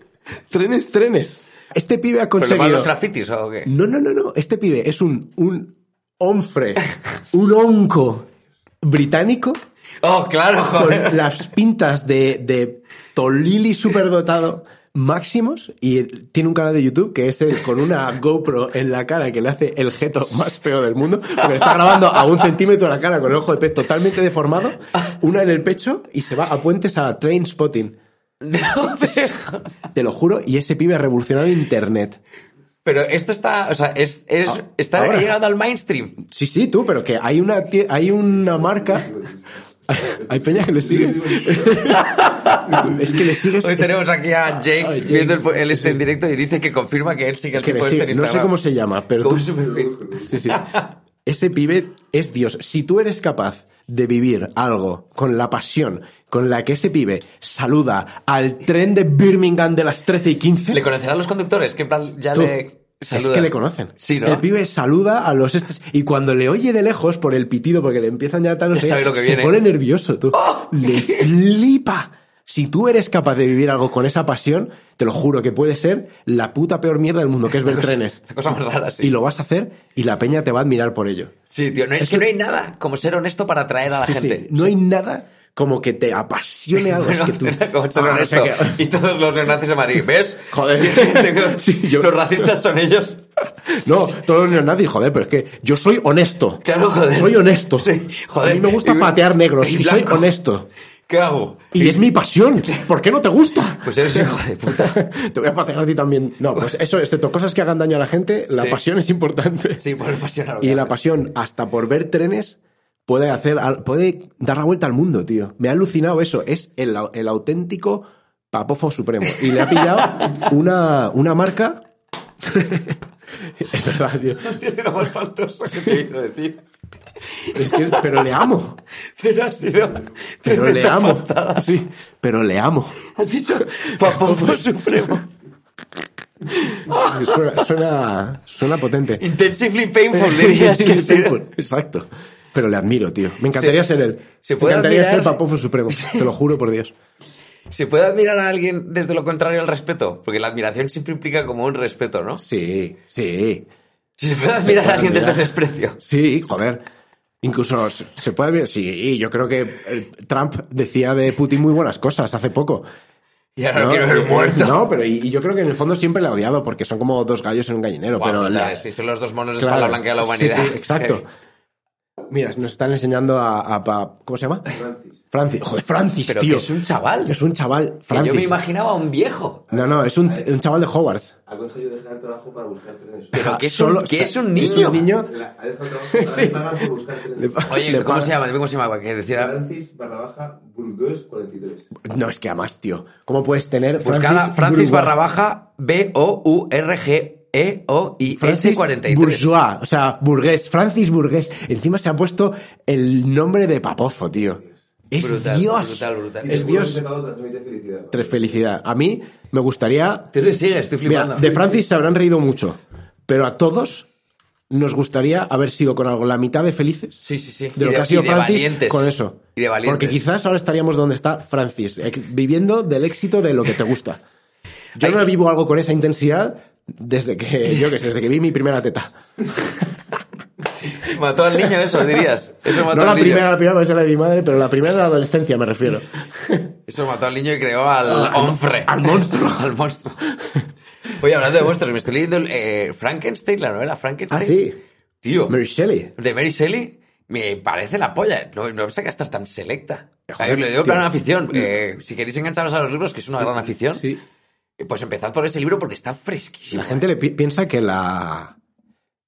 trenes, trenes. Este pibe ha ¿Pero conseguido... para los grafitis o qué? No, no, no, no. Este pibe es un, un hombre, un onco británico Oh, claro, joder. con las pintas de, de Tolili superdotado máximos y tiene un canal de YouTube que es él con una GoPro en la cara que le hace el geto más feo del mundo porque le está grabando a un centímetro la cara con el ojo de pez totalmente deformado una en el pecho y se va a puentes a train spotting te lo juro y ese pibe ha revolucionado internet Pero esto está, o sea, es, es- Ah, está ahora. llegando al mainstream. Sí, sí, tú, pero que hay una, tie- hay una marca. Hay peña que le sigue. es que le sigues. Hoy es- tenemos aquí a Jake, Ah, Jake. viendo el, el este en directo y dice que confirma que él sigue el que le tipo este en sigue. No sé Instagram. cómo se llama, pero Como tú. un superfit. Sí, sí. Ese pibe es Dios. Si tú eres capaz de vivir algo con la pasión con la que ese pibe saluda al tren de Birmingham de las 13 y 15. ¿Le conocerán los conductores? ¿Qué tal? Ya Tú, le saluda. Es que le conocen. Sí, ¿no? El pibe saluda a los estos. Y cuando le oye de lejos por el pitido, porque le empiezan ya a tal, no Ya sé, sabe lo que se viene. ¡Oh! pone nervioso, tú. Le flipa. Si tú eres capaz de vivir algo con esa pasión, te lo juro que puede ser la puta peor mierda del mundo, que es ver trenes. La cosa más rara, sí. Y lo vas a hacer y la peña te va a admirar por ello. Sí, tío, no, es, que no hay nada como ser honesto para atraer a la Sí, sí, gente. No hay nada como que te apasione algo. es que tú... Como ser Ah, no sé honesto. qué. Y todos los neonazis de Madrid, ¿ves? Joder. Sí, tengo- Sí, yo- Los racistas son ellos. No, todos los neonazis, joder, pero es que yo soy honesto. Claro, joder. Soy honesto. Sí, joder. A mí me gusta Y- patear negros y y soy blanco. honesto. ¿Qué hago? Y es mi pasión. ¿Por qué no te gusta? Pues eres hijo de puta. Te voy a patear a ti también. No, pues eso, excepto cosas que hagan daño a la gente, la Sí. pasión es importante. Sí, por apasionado. Y la pasión, hasta por ver trenes, puede hacer, al- puede dar la vuelta al mundo, tío. Me ha alucinado eso. Es el, au- el auténtico papofo supremo. Y le ha pillado una, una marca. es verdad, tío. Hostia, es de lo más faltoso que te he oído decir. Es que es- pero le amo. Pero ha sido. Pero le tremenda amo. faltada. Sí, pero le amo. Has dicho papofo supremo. Suena, suena, suena potente. Intensively painful, dirías Sí, que ha sí, sido. por- Exacto. Pero le admiro, tío. Me encantaría Se- ser él. se Me puede encantaría admirar- ser Papofo Supremo. Te lo juro por Dios. ¿Se puede admirar a alguien desde lo contrario al respeto? Porque la admiración siempre implica como un respeto, ¿no? Sí, sí. Si se puede admirar puede a alguien desde el admirar. desprecio. Sí, joder. Incluso se se puede admirar. Sí, yo creo que eh, Trump decía de Putin muy buenas cosas hace poco. Y ahora no, quiero ver Eh, muerto. No, pero y, y yo creo que en el fondo siempre le ha odiado porque son como dos gallos en un gallinero. Bueno, pero la- dale, sí, son los dos monos de Claro. espalda blanca de la Sí, humanidad. sí, exacto. Mira, nos están enseñando a, a- a- ¿Cómo se llama? Francis. Francis. Joder, Francis, Pero tío. que es un chaval. Es un chaval, Que yo me Francis. imaginaba a un viejo. No, no, es un, un chaval de Hogwarts. Ha conseguido dejar trabajo para buscar trenes. Pero que es, Solo- un, que es un Es niño. un niño. La- Ha dejado trabajo para Sí. pagar por buscar le trenes. pa- Oye, le ¿cómo pa- se llama? Dime ¿Cómo se llama? Que decía... Francis barra baja Burgos 43. No, es que además, tío. ¿Cómo puedes tener Buscada Francis Bourgeois? barra baja E B-O-U-R-G-E-O-I-S Francis 43. Bourgeois, o sea, burgués, Francis burgués. Encima se ha puesto el nombre de Papofo, tío. Es Brutal, Dios. brutal, brutal. Es Dios. transmite felicidad. Tres felicidad. A mí me gustaría Tú le sigues, estoy Mira, flipando. de Francis se habrán reído mucho, pero a todos nos gustaría haber sido con algo la mitad de felices Sí, sí, sí. de lo Y que ha y sido de Francis valientes. con eso. Y de valientes. Porque quizás ahora estaríamos donde está Francis, eh, viviendo del éxito de lo que te gusta. Yo Hay- no vivo algo con esa intensidad desde que, yo que sé, desde que vi mi primera teta. Mató al niño eso, dirías. Eso mató No al la niño. primera, la primera va a ser la de mi madre, pero la primera de la adolescencia me refiero. Eso mató al niño y creó al Al- hombre. al monstruo. al monstruo. Oye, hablando de monstruos, me estoy leyendo el, eh, Frankenstein, la novela Frankenstein. Ah, sí. Tío, Mary Shelley. de Mary Shelley me parece la polla. No, no sé que estás tan selecta. Eh, Joder, Ay, le tío. digo Mm. plan a la afición. Eh, si queréis engancharos a los libros, que es una gran afición, Sí. eh, pues empezad por ese libro porque está fresquísimo. La gente le pi- piensa que la.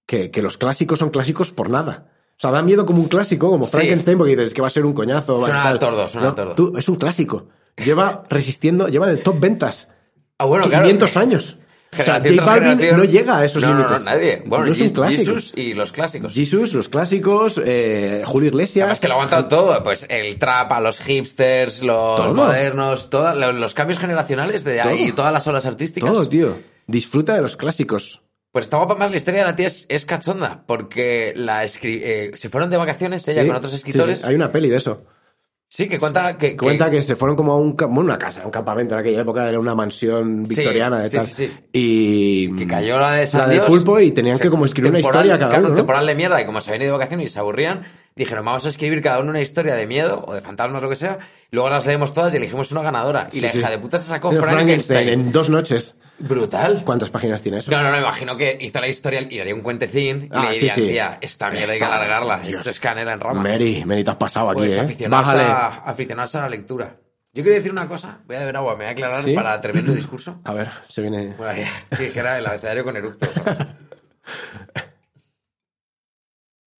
Que, que los clásicos son clásicos por nada. O sea, da miedo como un clásico, como Frankenstein, porque dices que va a ser un coñazo. va a Suena estar- tordo, suena tordo. tú- es un clásico. lleva resistiendo, lleva de top ventas Ah, bueno, claro. 500 años. O sea, J Generación tras Balvin generación. no llega a esos No, no, límites. No, nadie. Bueno, No es un Ye- clásico. Jesus y los clásicos. Jesus, los clásicos, eh, Julio Iglesias. Es que lo aguantan todo, pues el trap a los hipsters, los Todo. modernos, toda- lo- los cambios generacionales de ahí, Todo. todas las olas artísticas. Todo, tío. Disfruta de los clásicos. Pues está guapa más la historia de la tía es, es cachonda, porque la escri- eh, se fueron de vacaciones ella Sí, con otros sí, sí. escritores. Sí, Hay una peli de eso. que cuenta que, que- Cuenta que se fueron como a un, ca- bueno, una casa, un campamento en aquella época, era una mansión victoriana de sí, tal. sí, sí. Y. que cayó la de San del Dios. pulpo y tenían O sea, que como escribir una temporal- historia cada claro, uno. un ¿no? temporal de mierda y como se habían ido de vacaciones y se aburrían, dijeron, vamos a escribir cada uno una historia de miedo o de fantasmas, lo que sea, luego las leemos todas y elegimos una ganadora. Y Sí, la sí. hija de puta se sacó Era Frankenstein. en dos noches. Brutal. ¿Cuántas páginas tiene eso? No, no, no, imagino que hizo la historia y haría un cuentecín y Ah, le sí, dirían, sí. tía, esta mierda hay que Esta- alargarla, Dios. esto es canela en rama. Mary, Mary, te has pasado aquí, Pues ¿eh? aficionarse, Bájale. a, aficionarse a la lectura. Yo quiero decir una cosa, voy a beber agua, me voy a aclarar ¿Sí? para tremendo discurso. A ver, se viene. Bueno, sí, que era el abecedario con eructos.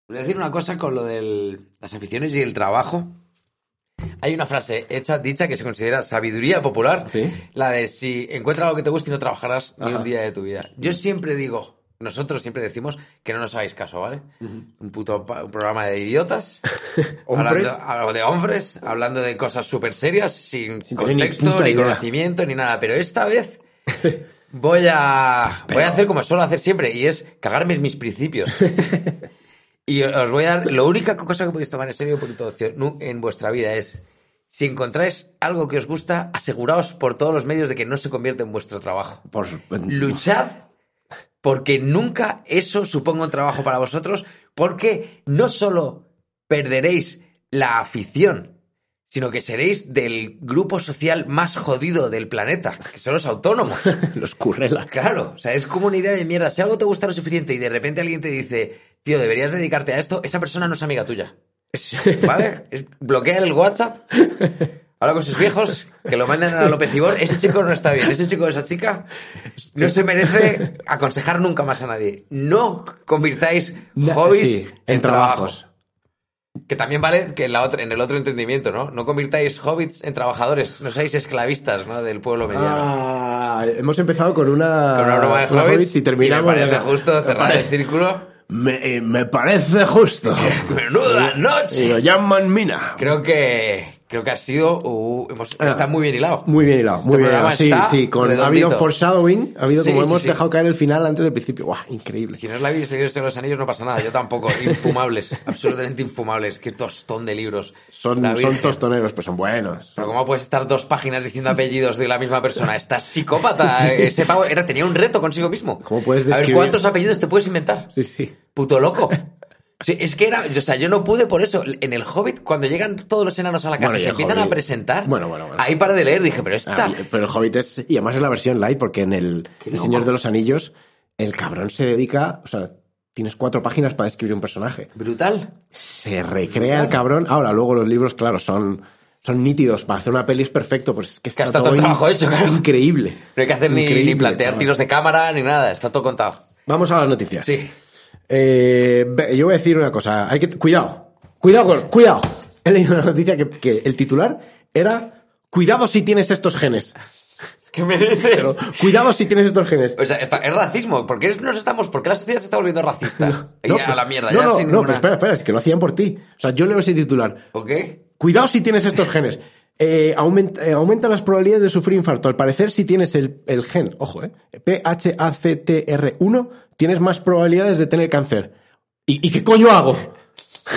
Voy a decir una cosa con lo de las aficiones y el trabajo. Hay una frase hecha, dicha, que se considera sabiduría popular. Sí. La de si encuentras algo que te guste y no trabajarás ni Ajá. un día de tu vida. Yo siempre digo, nosotros siempre decimos que no nos hagáis caso, ¿vale? Un puto pa- un programa de idiotas. Hombres. Hablando, hablando de hombres, hablando de cosas súper serias, sin, Sin tener ni contexto, puta ni idea. conocimiento, ni nada. Pero esta vez Voy a, voy a hacer como suelo hacer siempre, y es cagarme en mis principios. y os voy a dar, lo única cosa que podéis tomar en serio por todo ocio- nu- en vuestra vida es, si encontráis algo que os gusta, aseguraos por todos los medios de que no se convierta en vuestro trabajo. Por... Pues Luchad porque nunca eso suponga un trabajo para vosotros, porque no solo perderéis la afición, sino que seréis del grupo social más jodido del planeta, que son los autónomos. Los currelas. Claro, o sea, es como una idea de mierda. Si algo te gusta lo suficiente y de repente alguien te dice, tío, deberías dedicarte a esto, esa persona no es amiga tuya. ¿Vale? Es- bloquea el WhatsApp, habla con sus viejos, que lo manden a López Ibor. Ese chico no está bien, ese chico o esa chica no se merece aconsejar nunca más a nadie. No convirtáis Na- hobbies sí, en, en trabajos. trabajos. Que también vale que en, la otra, en el otro entendimiento, ¿no? No convirtáis hobbits en trabajadores, no seáis esclavistas, ¿no? Del pueblo mediano. Ah, hemos empezado con una, con una broma de con Hobbits, Ah, y terminamos. y me parece venga. justo Me cerrar el parece, círculo. me, eh, me parece justo. ¡Menuda Y lo noche! llaman mina. Creo que, creo que ha sido... uh, hemos- está muy bien hilado. Ah. Muy bien hilado, muy bien Este programa hilado. Sí, está sí, con, ha redondito. habido foreshadowing, ha habido Sí, como sí, hemos sí. dejado caer el final antes del principio. ¡Guau! Increíble. Si no os la habéis leído Señor de los anillos no pasa nada, yo tampoco. Infumables, absolutamente infumables. Qué tostón de libros. Son, La son Virgen. tostoneros, pero son buenos. Pero ¿cómo puedes estar dos páginas diciendo apellidos de la misma persona? Estás psicópata. Ese pavo era, tenía un reto consigo mismo. ¿Cómo puedes A ver, describir- ¿cuántos apellidos te puedes inventar? Sí, sí. Puto loco. Sí, es que era, o sea, yo no pude por eso. En el Hobbit, cuando llegan todos los enanos a la casa Bueno, y y se el empiezan a Hobbit. presentar, Bueno, bueno, bueno. ahí para de leer, dije, pero esta. Ah, pero el Hobbit es... Y además es la versión light, porque en el, El loco. Señor de los Anillos, el cabrón se dedica... O sea, tienes cuatro páginas para describir un personaje. Brutal. Se recrea el cabrón. Ahora, luego los libros, claro, son... Son nítidos, para hacer una peli es perfecto, pues es que está está todo todo el in- trabajo hecho, claro. increíble. No hay que hacer ni, ni Increíble, plantear chaval. tiros de cámara ni nada, está todo contado. Vamos a las noticias. Sí. Eh, ve- yo voy a decir una cosa. Hay que cuidado, cuidado, con- cuidado. He leído una noticia que, que el titular era cuidado si tienes estos genes. ¿Qué me dices? Pero, cuidado si tienes estos genes. O sea, está- es racismo. ¿Por qué nos estamos? ¿Por qué la sociedad se está volviendo racista? No, ya, a pero- la mierda, no, ya no, sin no, ninguna- pero espera, espera, es que lo hacían por ti. O sea, yo leo ese titular. ¿Ok? Cuidado si tienes estos genes. Eh, aumenta, eh, aumenta las probabilidades de sufrir infarto. Al parecer, si tienes el, el gen, ojo, eh, PHACTR1, tienes más probabilidades de tener cáncer. ¿Y, y qué coño hago?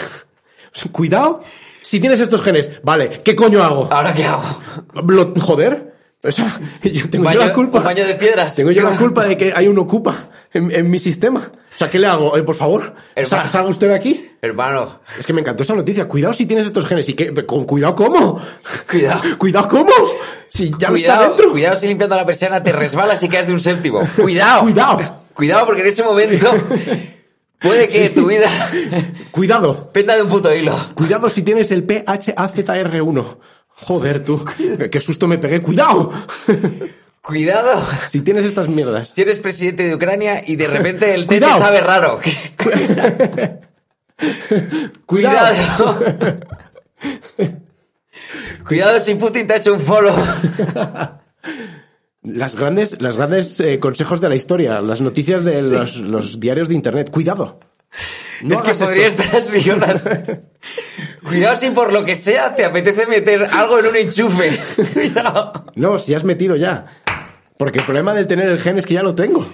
Cuidado si tienes estos genes. Vale, ¿qué coño hago? ¿Ahora qué hago? Lo- joder. O sea, yo tengo Baño- yo la culpa. un baño de piedras. Tengo yo la culpa de que hay un ocupa en, en mi sistema. O sea, ¿qué le hago? Eh, por favor, Hermano. sa- salga usted de aquí. Hermano, Es que me encantó esa noticia. Cuidado si tienes estos genes. ¿Y qué? ¿Con cuidado cómo? Cuidado. ¿Cuidado cómo? Si ya no está cuidado, dentro. cuidado si limpiando la persiana te resbalas y caes de un séptimo. Cuidado. Cuidado. Cuidado porque en ese momento puede que tu vida Cuidado. penda de un puto hilo. Cuidado si tienes el PHAZR1. Joder, tú. Qué susto me pegué. Cuidado. Cuidado Si tienes estas mierdas. si eres presidente de Ucrania y de repente el té te Cuidado. sabe raro. Cuidado. Cuidado. Cuidado. Cuidado si Putin te ha hecho un follow. Las grandes, las grandes eh, consejos de la historia, las noticias de los, los diarios de internet. Cuidado. No es que hagas esto. podría estar así horas. Cuidado si por lo que sea te apetece meter algo en un enchufe. Cuidado. No, si has metido ya. Porque el problema del tener el gen es que ya lo tengo.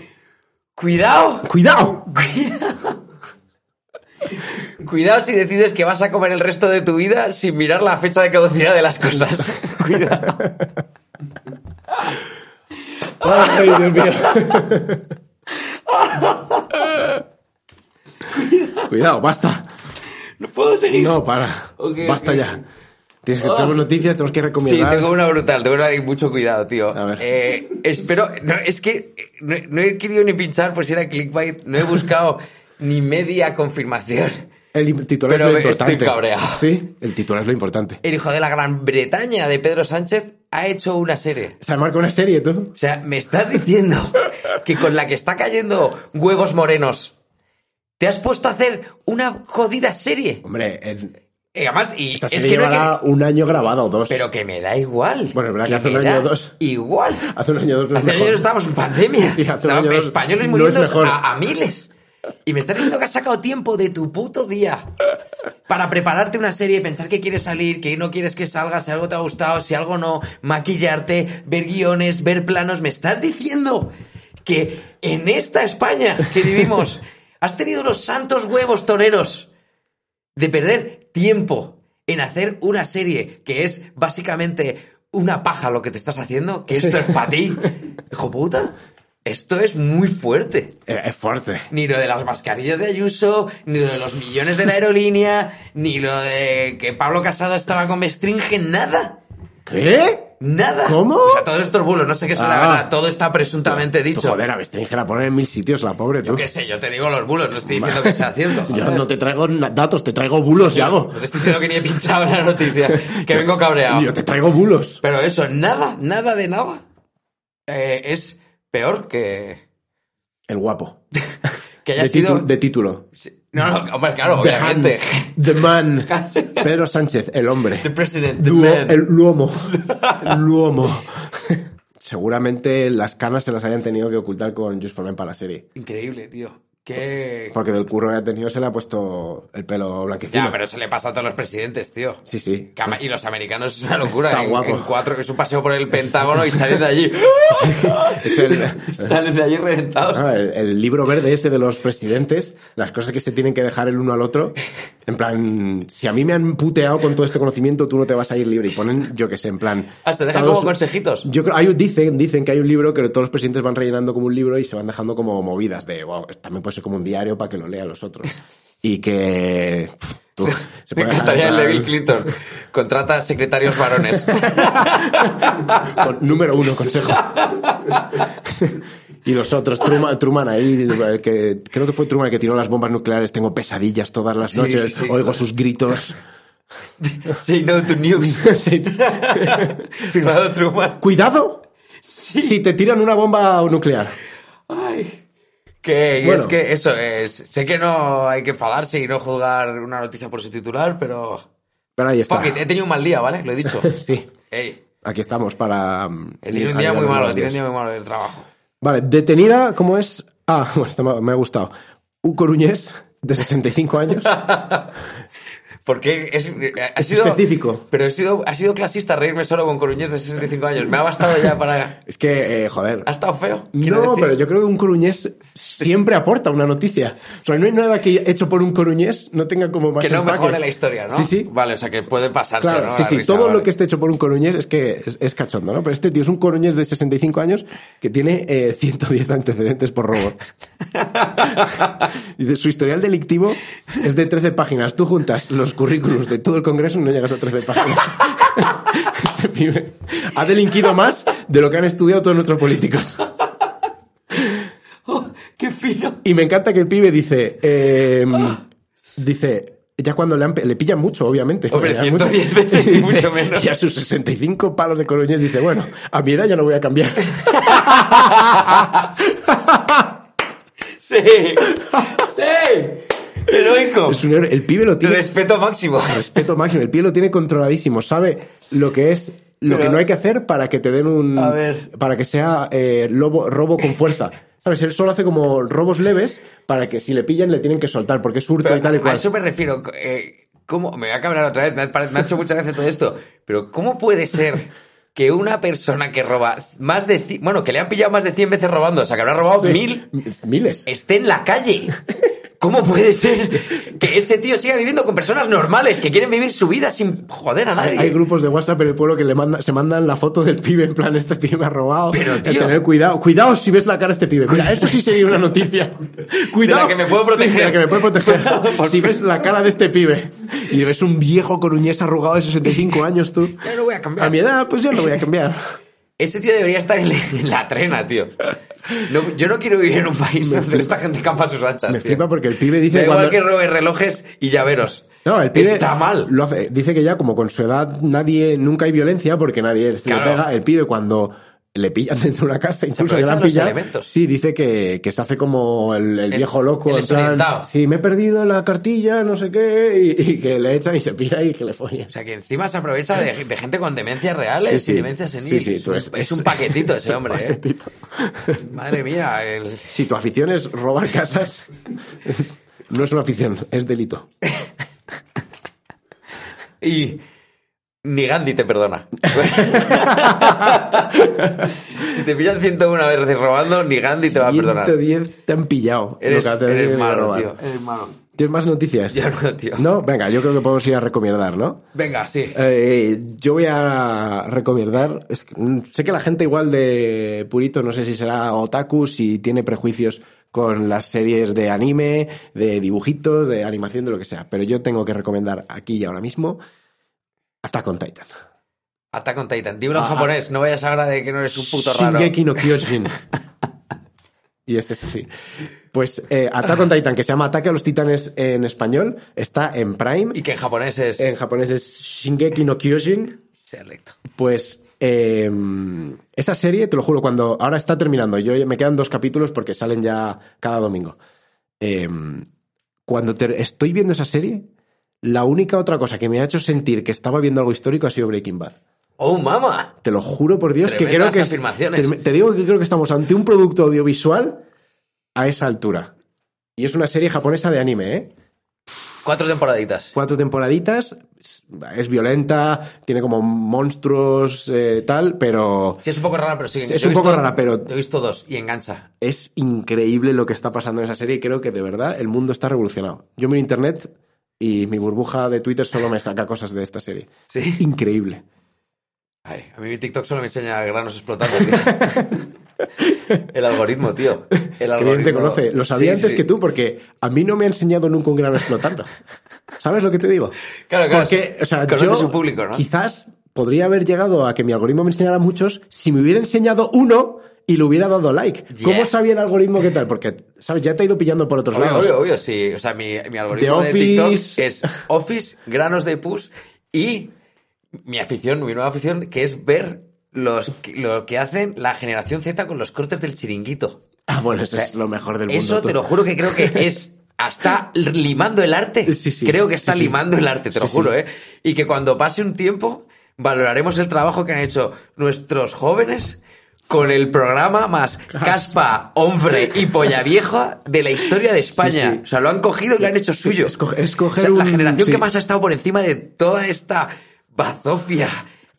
Cuidado. ¡Cuidado! Cuidado si decides que vas a comer el resto de tu vida sin mirar la fecha de caducidad de las cosas. Cuidado. Ay, Dios mío. Cuidado, basta. No puedo seguir. No, para. Ok, basta ok. Ah. ya. Tienes que tenemos noticias, tenemos que Sí, recomendar. tengo una brutal, tengo una de mucho cuidado, tío. A ver. Eh, espero, no, es que eh, no, no he querido ni pinchar por si era clickbait, no he buscado ni media confirmación. El titular Pero es lo estoy importante. cabreado. Sí, el titular es lo importante. El hijo de la Gran Bretaña de Pedro Sánchez ha hecho una serie. Se marca una serie, tú. O sea, me estás diciendo que con la que está cayendo huevos morenos, te has puesto a hacer una jodida serie. Hombre, el- Y además, y esta es serie que no hay que- llevará un año grabado o dos. Pero que me da igual. Bueno, es verdad que hace me un año da o dos. Igual. Hace un año o dos no es Hace años mejor. estábamos en pandemia. Sí, hace un Estaban año o dos españoles no es muriendo mejor. a, a miles. Y me estás diciendo que has sacado tiempo de tu puto día para prepararte una serie, pensar que quieres salir, que no quieres que salga, si algo te ha gustado, si algo no, maquillarte, ver guiones, ver planos. Me estás diciendo que en esta España que vivimos has tenido los santos huevos toreros de perder tiempo en hacer una serie que es básicamente una paja lo que te estás haciendo, que esto es para ti. Hijo puta, esto es muy fuerte. Eh, es fuerte. Ni lo de las mascarillas de Ayuso, ni lo de los millones de la aerolínea, ni lo de que Pablo Casado estaba con Bestringe, nada. ¿Qué? Nada. ¿Cómo? O sea, todos estos bulos, no sé qué será Ah. verdad, todo está presuntamente dicho. Joder, a Bestringe la ponen en mil sitios, la pobre, tú. Qué sé, yo te digo los bulos, no estoy diciendo que sea cierto. Yo no te traigo na- datos, te traigo bulos, Yago. No te estoy diciendo que ni he pinchado en la noticia, que vengo cabreado. Yo te traigo bulos. Pero eso, nada, nada de nada. Eh, es peor que, El guapo. que haya de, sido. titu- de título. Sí. No, no, hombre, claro, the obviamente. Hans, the man. Pedro Sánchez, el hombre. The president, the Luo- man. el luomo. luomo. Seguramente las canas se las hayan tenido que ocultar con Just for Men para la serie. Increíble, tío. Que. Porque del curro que ha tenido se le ha puesto el pelo blanquecino. Ya, pero eso le pasa a todos los presidentes, tío. Sí, sí. Que ama- Y los americanos es una locura. Pues Está en, guapo. en cuatro, es un paseo por el Pentágono y salen de allí. Es el- salen de allí reventados. Ah, el, el libro verde ese de los presidentes, las cosas que se tienen que dejar el uno al otro. En plan, si a mí me han puteado con todo este conocimiento, tú no te vas a ir libre. Y ponen, yo qué sé, en plan. Hasta Ah, dejan Estados- como consejitos. Yo creo, hay, un- dicen, dicen que hay un libro que todos los presidentes van rellenando como un libro y se van dejando como movidas de, wow, también puede ser como un diario para que lo lean los otros. Y que. pff, tú, se Me puede dejar encantaría el de Bill en Clinton. Contrata secretarios varones. plan, con- número uno, consejo. y los otros, Truman, Truman ahí, que creo que fue Truman el que tiró las bombas nucleares, tengo pesadillas todas las Sí, noches, sí, sí. oigo sus gritos. Say no to nukes. Sí. Firmado Truman. Cuidado si te tiran una bomba nuclear. Ay. Que y Bueno. es que eso es. Sé que no hay que enfadarse y no juzgar una noticia por su titular, pero. Pero ahí está. Fuck it, eh. he tenido un mal día, ¿vale? Lo he dicho. Sí. Ey, Aquí estamos para... mm, he tenido ir un día a- muy malo, he a- tenido un día muy malo del trabajo. Vale, detenida, ¿cómo es? Ah, bueno, esta me me ha gustado. Un coruñés de 65 años. Porque es, eh, ha Es sido. específico. Pero he sido, ha sido clasista reírme solo con coruñés de 65 años. Me ha bastado ya para. Es que, eh, joder. Ha estado feo. No, quiero decir. pero yo creo que un coruñés siempre aporta una noticia. O sea, no hay nada que hecho por un coruñés no tenga como más Que no empaque. mejore la historia, ¿no? Sí, sí. Vale, o sea que puede pasarse, Claro, ¿no? sí, La sí, risa, todo vale. lo que esté hecho por un coruñés es que es, es cachondo, ¿no? Pero este tío es un coruñés de 65 años que tiene eh, 110 antecedentes por robo. y de su historial delictivo es de 13 páginas. Tú juntas los currículos de todo el Congreso y no llegas a 13 páginas. Este pibe ha delinquido más de lo que han estudiado todos nuestros políticos. Oh, ¡Qué fino! Y me encanta que el pibe dice, eh, dice, ya cuando le, han pe- le pillan mucho, obviamente. Hombre, porque le dan 110 mucho. veces y Dice, mucho menos. Y a sus 65 palos de coroñés dice, bueno, a mi edad ya no voy a cambiar. ¡Sí! ¡Sí! Heroico. Es un héroe. El pibe lo tiene. Respeto máximo. Respeto máximo. El pibe lo tiene controladísimo. Sabe lo que es. Lo Pero- que no hay que hacer para que te den un. A ver. Para que sea eh, lobo, robo con fuerza. ¿Sabes? Él solo hace como robos leves para que si le pillan le tienen que soltar porque es hurto Pero y tal y a cual. eso me refiero. eh, ¿Cómo? Me voy a cabrear otra vez. Me ha, pare- me ha hecho muchas veces todo esto. Pero ¿cómo puede ser que una persona que roba más de... ci- Bueno, que le han pillado más de 100 veces robando, o sea, que habrá robado Sí. mil, Miles. esté en la calle? ¿Cómo puede ser que ese tío siga viviendo con personas normales que quieren vivir su vida sin joder a Hay, nadie? hay grupos de WhatsApp en el pueblo que le manda, se mandan la foto del pibe en plan, este pibe me ha robado. Pero, Eh, tío. tener cuidado. Cuidado si ves la cara de este pibe. Mira, eso sí sería una noticia. Cuidado. que me puedo Sí, de la proteger. que me puedo proteger. Por si ves la cara de este pibe y ves un viejo coruñés arrugado de 65 años, tú. Yo no voy a cambiar. A mi edad, pues yo no voy a cambiar. Ese tío debería estar en la, en la trena, tío. No, yo no quiero vivir en un país Me donde flipa. esta gente campa a sus anchas. Me tío. flipa porque el pibe dice Da igual cuando- que robe relojes y llaveros. No, el pibe Está mal. lo hace- dice que ya como con su edad nadie nunca hay violencia porque nadie se le Claro. pega. El pibe cuando le pillan dentro de una casa, incluso que le aprovechan han los pillado, elementos. sí, dice que, que se hace como el, el El- viejo loco. el en plan, desorientado. sí, me he perdido la cartilla, no sé qué, y, y que le echan y se pira y que le follen. O sea, que encima se aprovecha de, de gente con demencias reales Sí, sí. y demencias senil. Sí, sí, tú es, es- un- es un paquetito ese un hombre, ¿eh? paquetito. Madre mía, el- Si tu afición es robar casas, no es una afición, es delito. Y ni Gandhi te perdona. si te pillan 101 veces robando, ni Gandhi te va a perdonar. 110 te han pillado. Ah, Eres, lo que te han eres tenido que malo, robar. tío. Eres malo. ¿Tienes más noticias? Ya no, tío. No, venga, yo creo que podemos ir a recomendar, ¿no? Venga, sí. Eh, yo voy a recomendar. es que, mm, sé que la gente igual de Purito, no sé si será otaku, si tiene prejuicios con las series de anime, de dibujitos, de animación, de lo que sea. Pero yo tengo que recomendar aquí y ahora mismo Attack on Titan. Attack on Titan. Dímelo en Ah, japonés. No vayas ahora de que no eres un puto raro. Shingeki no Kyojin. y este es así. Pues eh, Attack on Titan, que se llama Ataque a los Titanes en español, está en Prime. Y que en japonés es... En japonés es Shingeki no Kyojin. Sí, recto. Pues eh, esa serie, te lo juro, cuando ahora está terminando, yo me quedan dos capítulos porque salen ya cada domingo. Eh, cuando te- estoy viendo esa serie, la única otra cosa que me ha hecho sentir que estaba viendo algo histórico ha sido Breaking Bad. ¡Oh, mama! Te lo juro por Dios que creo Tremendas que es- afirmaciones. te, te digo que creo que estamos ante un producto audiovisual a esa altura. Y es una serie japonesa de anime, ¿eh? Cuatro temporaditas. cuatro temporaditas. Es- Es violenta, tiene como monstruos, eh, tal, pero Sí, es un poco rara, pero sí. Es yo he un poco rara, pero- Yo he visto dos y engancha. es increíble lo que está pasando en esa serie y creo que de verdad el mundo está revolucionado. Yo miro internet y mi burbuja de Twitter solo me saca cosas de esta serie. Sí. Es increíble. Ay, a mí mi TikTok solo me enseña granos explotando, tío. El algoritmo, tío. El Que algoritmo. bien te conoce. Lo sabía Sí, antes sí. que tú porque a mí no me ha enseñado nunca un grano explotando. ¿Sabes lo que te digo? Claro, claro. Porque, o sea, Conoces yo un público, ¿no? quizás podría haber llegado a que mi algoritmo me enseñara muchos si me hubiera enseñado uno y le hubiera dado like. Yeah. ¿Cómo sabía el algoritmo qué tal? Porque, ¿sabes? Ya te ha ido pillando por otros Obvio, lados. obvio, obvio, sí. O sea, mi, mi algoritmo The de TikTok Office. es Office, granos de pus y mi afición, mi nueva afición, que es ver los, lo que hacen la generación Z con los cortes del chiringuito. Ah, bueno, eso es lo mejor del mundo. Eso tú. te lo juro que creo que es. Hasta limando el arte. Sí, sí, creo que sí, está sí. limando el arte, te lo Sí, juro, sí. ¿eh? Y que cuando pase un tiempo, valoraremos el trabajo que han hecho nuestros jóvenes con el programa más caspa, hombre y polla vieja de la historia de España. Sí, sí. O sea, lo han cogido y lo han hecho suyo. Es co- es coger O sea, un- La generación sí. que más ha estado por encima de toda esta bazofia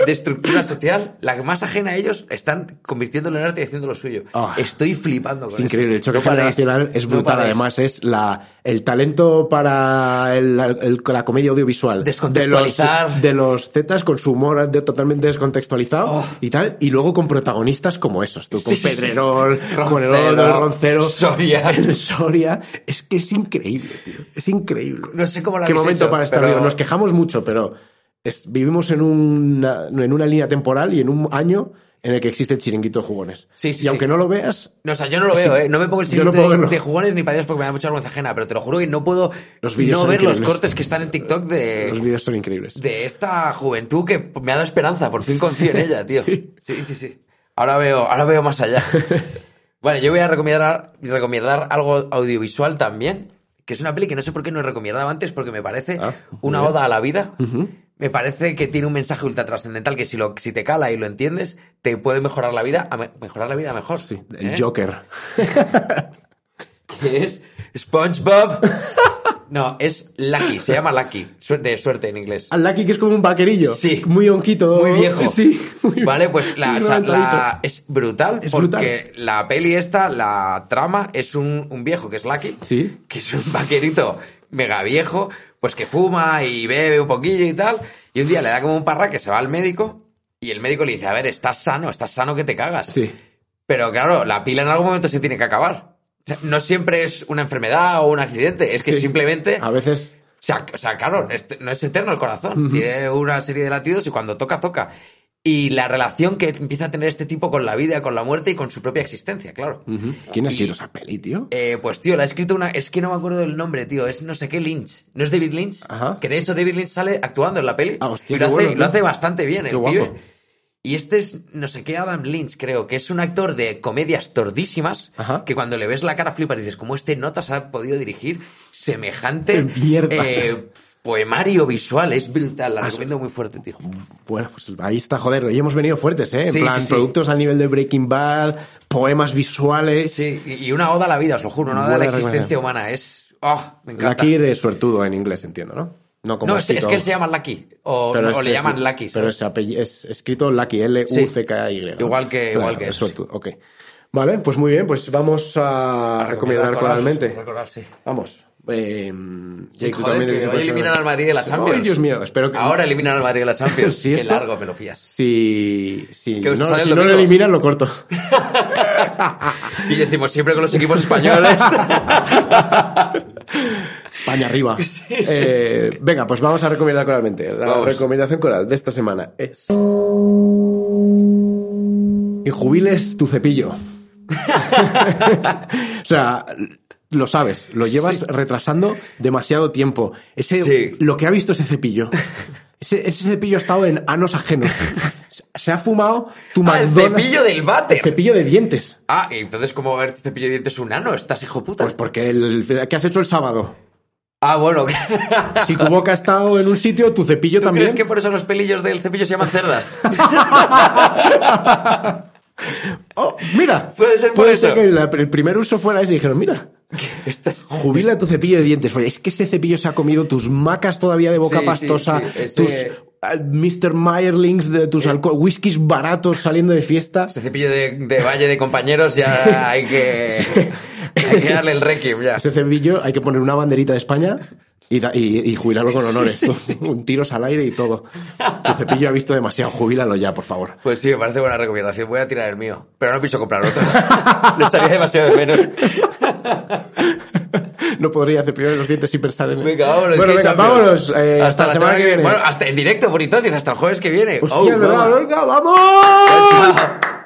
de estructura social, la que más ajena a ellos, están convirtiéndolo en arte y haciendo lo suyo. Ah. Estoy flipando con Es increíble, el choque no paráis, generacional es no brutal. paráis. Además, es la, el talento para el- el- la comedia audiovisual. Descontextualizar. De los, de los Zetas con su humor de- totalmente descontextualizado Oh. y tal. Y luego con protagonistas como esos, tú, con Sí, sí, sí. Pedrerol, con el Roncero, Oro, Roncero, Soria. el Soria. Es que es increíble, tío. Es increíble. No sé cómo lo Qué habéis momento hecho, para estar pero- vivos. Nos quejamos mucho, pero es- vivimos en una, en una línea temporal y en un año en el que existe el chiringuito de jugones. Sí, sí, y aunque sí. no lo veas, No, o sea, yo no lo veo, Sí. ¿eh? No me pongo el Yo chino no puedo de, verlo. de jugones ni para Dios porque me da mucha vergüenza ajena, pero te lo juro que no puedo Los vídeos no son ver los increíbles. cortes que están en TikTok los de, vídeos son increíbles. Eh, de esta juventud que me ha dado esperanza. Por fin confío en ella, tío. Sí. sí, sí. sí. Ahora, veo, ahora veo más allá. Bueno, yo voy a recomendar, recomendar algo audiovisual también, que es una peli que no sé por qué no he recomendado antes, porque me parece Ah, una muy bien. oda a la vida. Me parece que tiene un mensaje ultra trascendental que si, lo, si te cala y lo entiendes, te puede mejorar la vida, a me- mejorar la vida a mejor. Sí, el ¿eh? Joker. que es SpongeBob. No, es Lucky, se llama Lucky, suer- de suerte en inglés. Al Lucky que es como un vaquerillo. Sí. Muy honquito. Muy viejo. Oh, Sí. muy- Vale, pues la, muy o sea, la- levantadito. es brutal Es porque la peli esta, la trama, es un, un viejo que es Lucky, Sí. que es un vaquerito mega viejo, pues que fuma y bebe un poquillo y tal, y un día le da como un parra que se va al médico y el médico le dice, a ver, estás sano, estás sano que te cagas. Sí. Pero claro, la pila en algún momento se tiene que acabar. O sea, no siempre es una enfermedad o un accidente, es que Sí. simplemente... A veces. O sea, o sea, claro, este- no es eterno el corazón. Tiene una serie de latidos y cuando toca, toca. Y la relación que empieza a tener este tipo con la vida, con la muerte y con su propia existencia, claro. Ujú. ¿Quién ha Y- escrito esa peli, tío? Eh, pues tío, la ha escrito una... Es que no me acuerdo del nombre, tío. Es no sé qué Lynch. ¿No es David Lynch? Ajá. Que de hecho David Lynch sale actuando en la peli. Ah, hostia, y lo, qué hace, bueno, tío. lo hace bastante bien Qué el guapo. pibe. Y este es no sé qué Adam Lynch, creo, que es un actor de comedias tordísimas, Ajá. que cuando le ves la cara flipas y dices, ¿cómo este notas ha podido dirigir semejante Qué mierda. Ah, eh, poemario visual? Es brutal, la recomiendo muy fuerte, tío. Bueno, pues ahí está, joder. Hoy hemos venido fuertes, ¿eh? En Sí, plan, sí, sí. productos al nivel de Breaking Bad, poemas visuales. Sí, y y una oda a la vida, os lo juro, una oda a la Buena existencia humana. Es... ¡Oh! Me encanta. Lucky de suertudo en inglés, entiendo, ¿no? No, como no, es, así es todo. que él se llama Lucky, o, Pero o es- le es- llaman Lucky. Pero ¿sabes? es, apell- es escrito Lucky, L-U-C-K-Y. ¿no? Sí. Igual que- Claro, igual que eso. eso, tú- ok. Vale, pues muy bien, pues vamos a, recomendar coralmente. Recordar, sí. Vamos. Eh, Jake, tú Joder, también que eres hoy persona- eliminan al Madrid de la Champions. Ay, Dios mío, espero que. Ahora eliminan al Madrid de la Champions. Si Qué esto- largo me lo fías. Si, si, Que os no, sale si el no lo domingo. eliminan, lo corto. Y decimos siempre con los equipos españoles. España arriba. Eh, venga, pues vamos a recomendar coralmente. La Vamos. recomendación coral de esta semana es. Que jubiles tu cepillo. o sea, lo sabes, lo llevas retrasando demasiado tiempo. Ese, Sí. Lo que ha visto ese cepillo. Ese, ese cepillo ha estado en anos ajenos. Se- Se ha fumado tu Ah, el McDonald's- cepillo del el váter. cepillo de dientes. Ah, y entonces, ¿cómo va a ver tu cepillo de dientes un nano? Estás hijo puta. Pues porque el, ¿qué has hecho el sábado? ah, bueno. ¿tú Si tu boca ha estado en un sitio, tu cepillo también. crees que por eso los pelillos del cepillo se llaman cerdas? Oh, mira. Puede ser por eso. que la- el primer uso fuera ese y dijeron, mira, Estas- jubila tu cepillo de dientes. Oye, es que ese cepillo se ha comido tus macas todavía de boca Sí, sí, pastosa, sí, ese- Eh. tus ah, Mr. Meyerlings de tus alco- whiskies baratos saliendo de fiesta. Este cepillo de, de valle de compañeros ya hay que, hay que darle el requiem ya. Ese cepillo hay que poner una banderita de España y, da- y- y jubilarlo con honores. tú. Un tiros al aire y todo. Tu cepillo ha visto demasiado, jubílalo ya, por favor. Pues sí, me parece buena recomendación. Voy a tirar el mío. Pero no pienso comprar otro. Lo echaría demasiado de menos. No podría hacer primero los dientes sin pensar en Venga, vámonos. Bueno, que hay venga, Champions. vámonos. eh, hasta, la semana, que viene. Bueno, hasta en directo por entonces, hasta el jueves que viene. Hostia, Oh, ¿verdad? no. Venga, ¡vamos! Chao.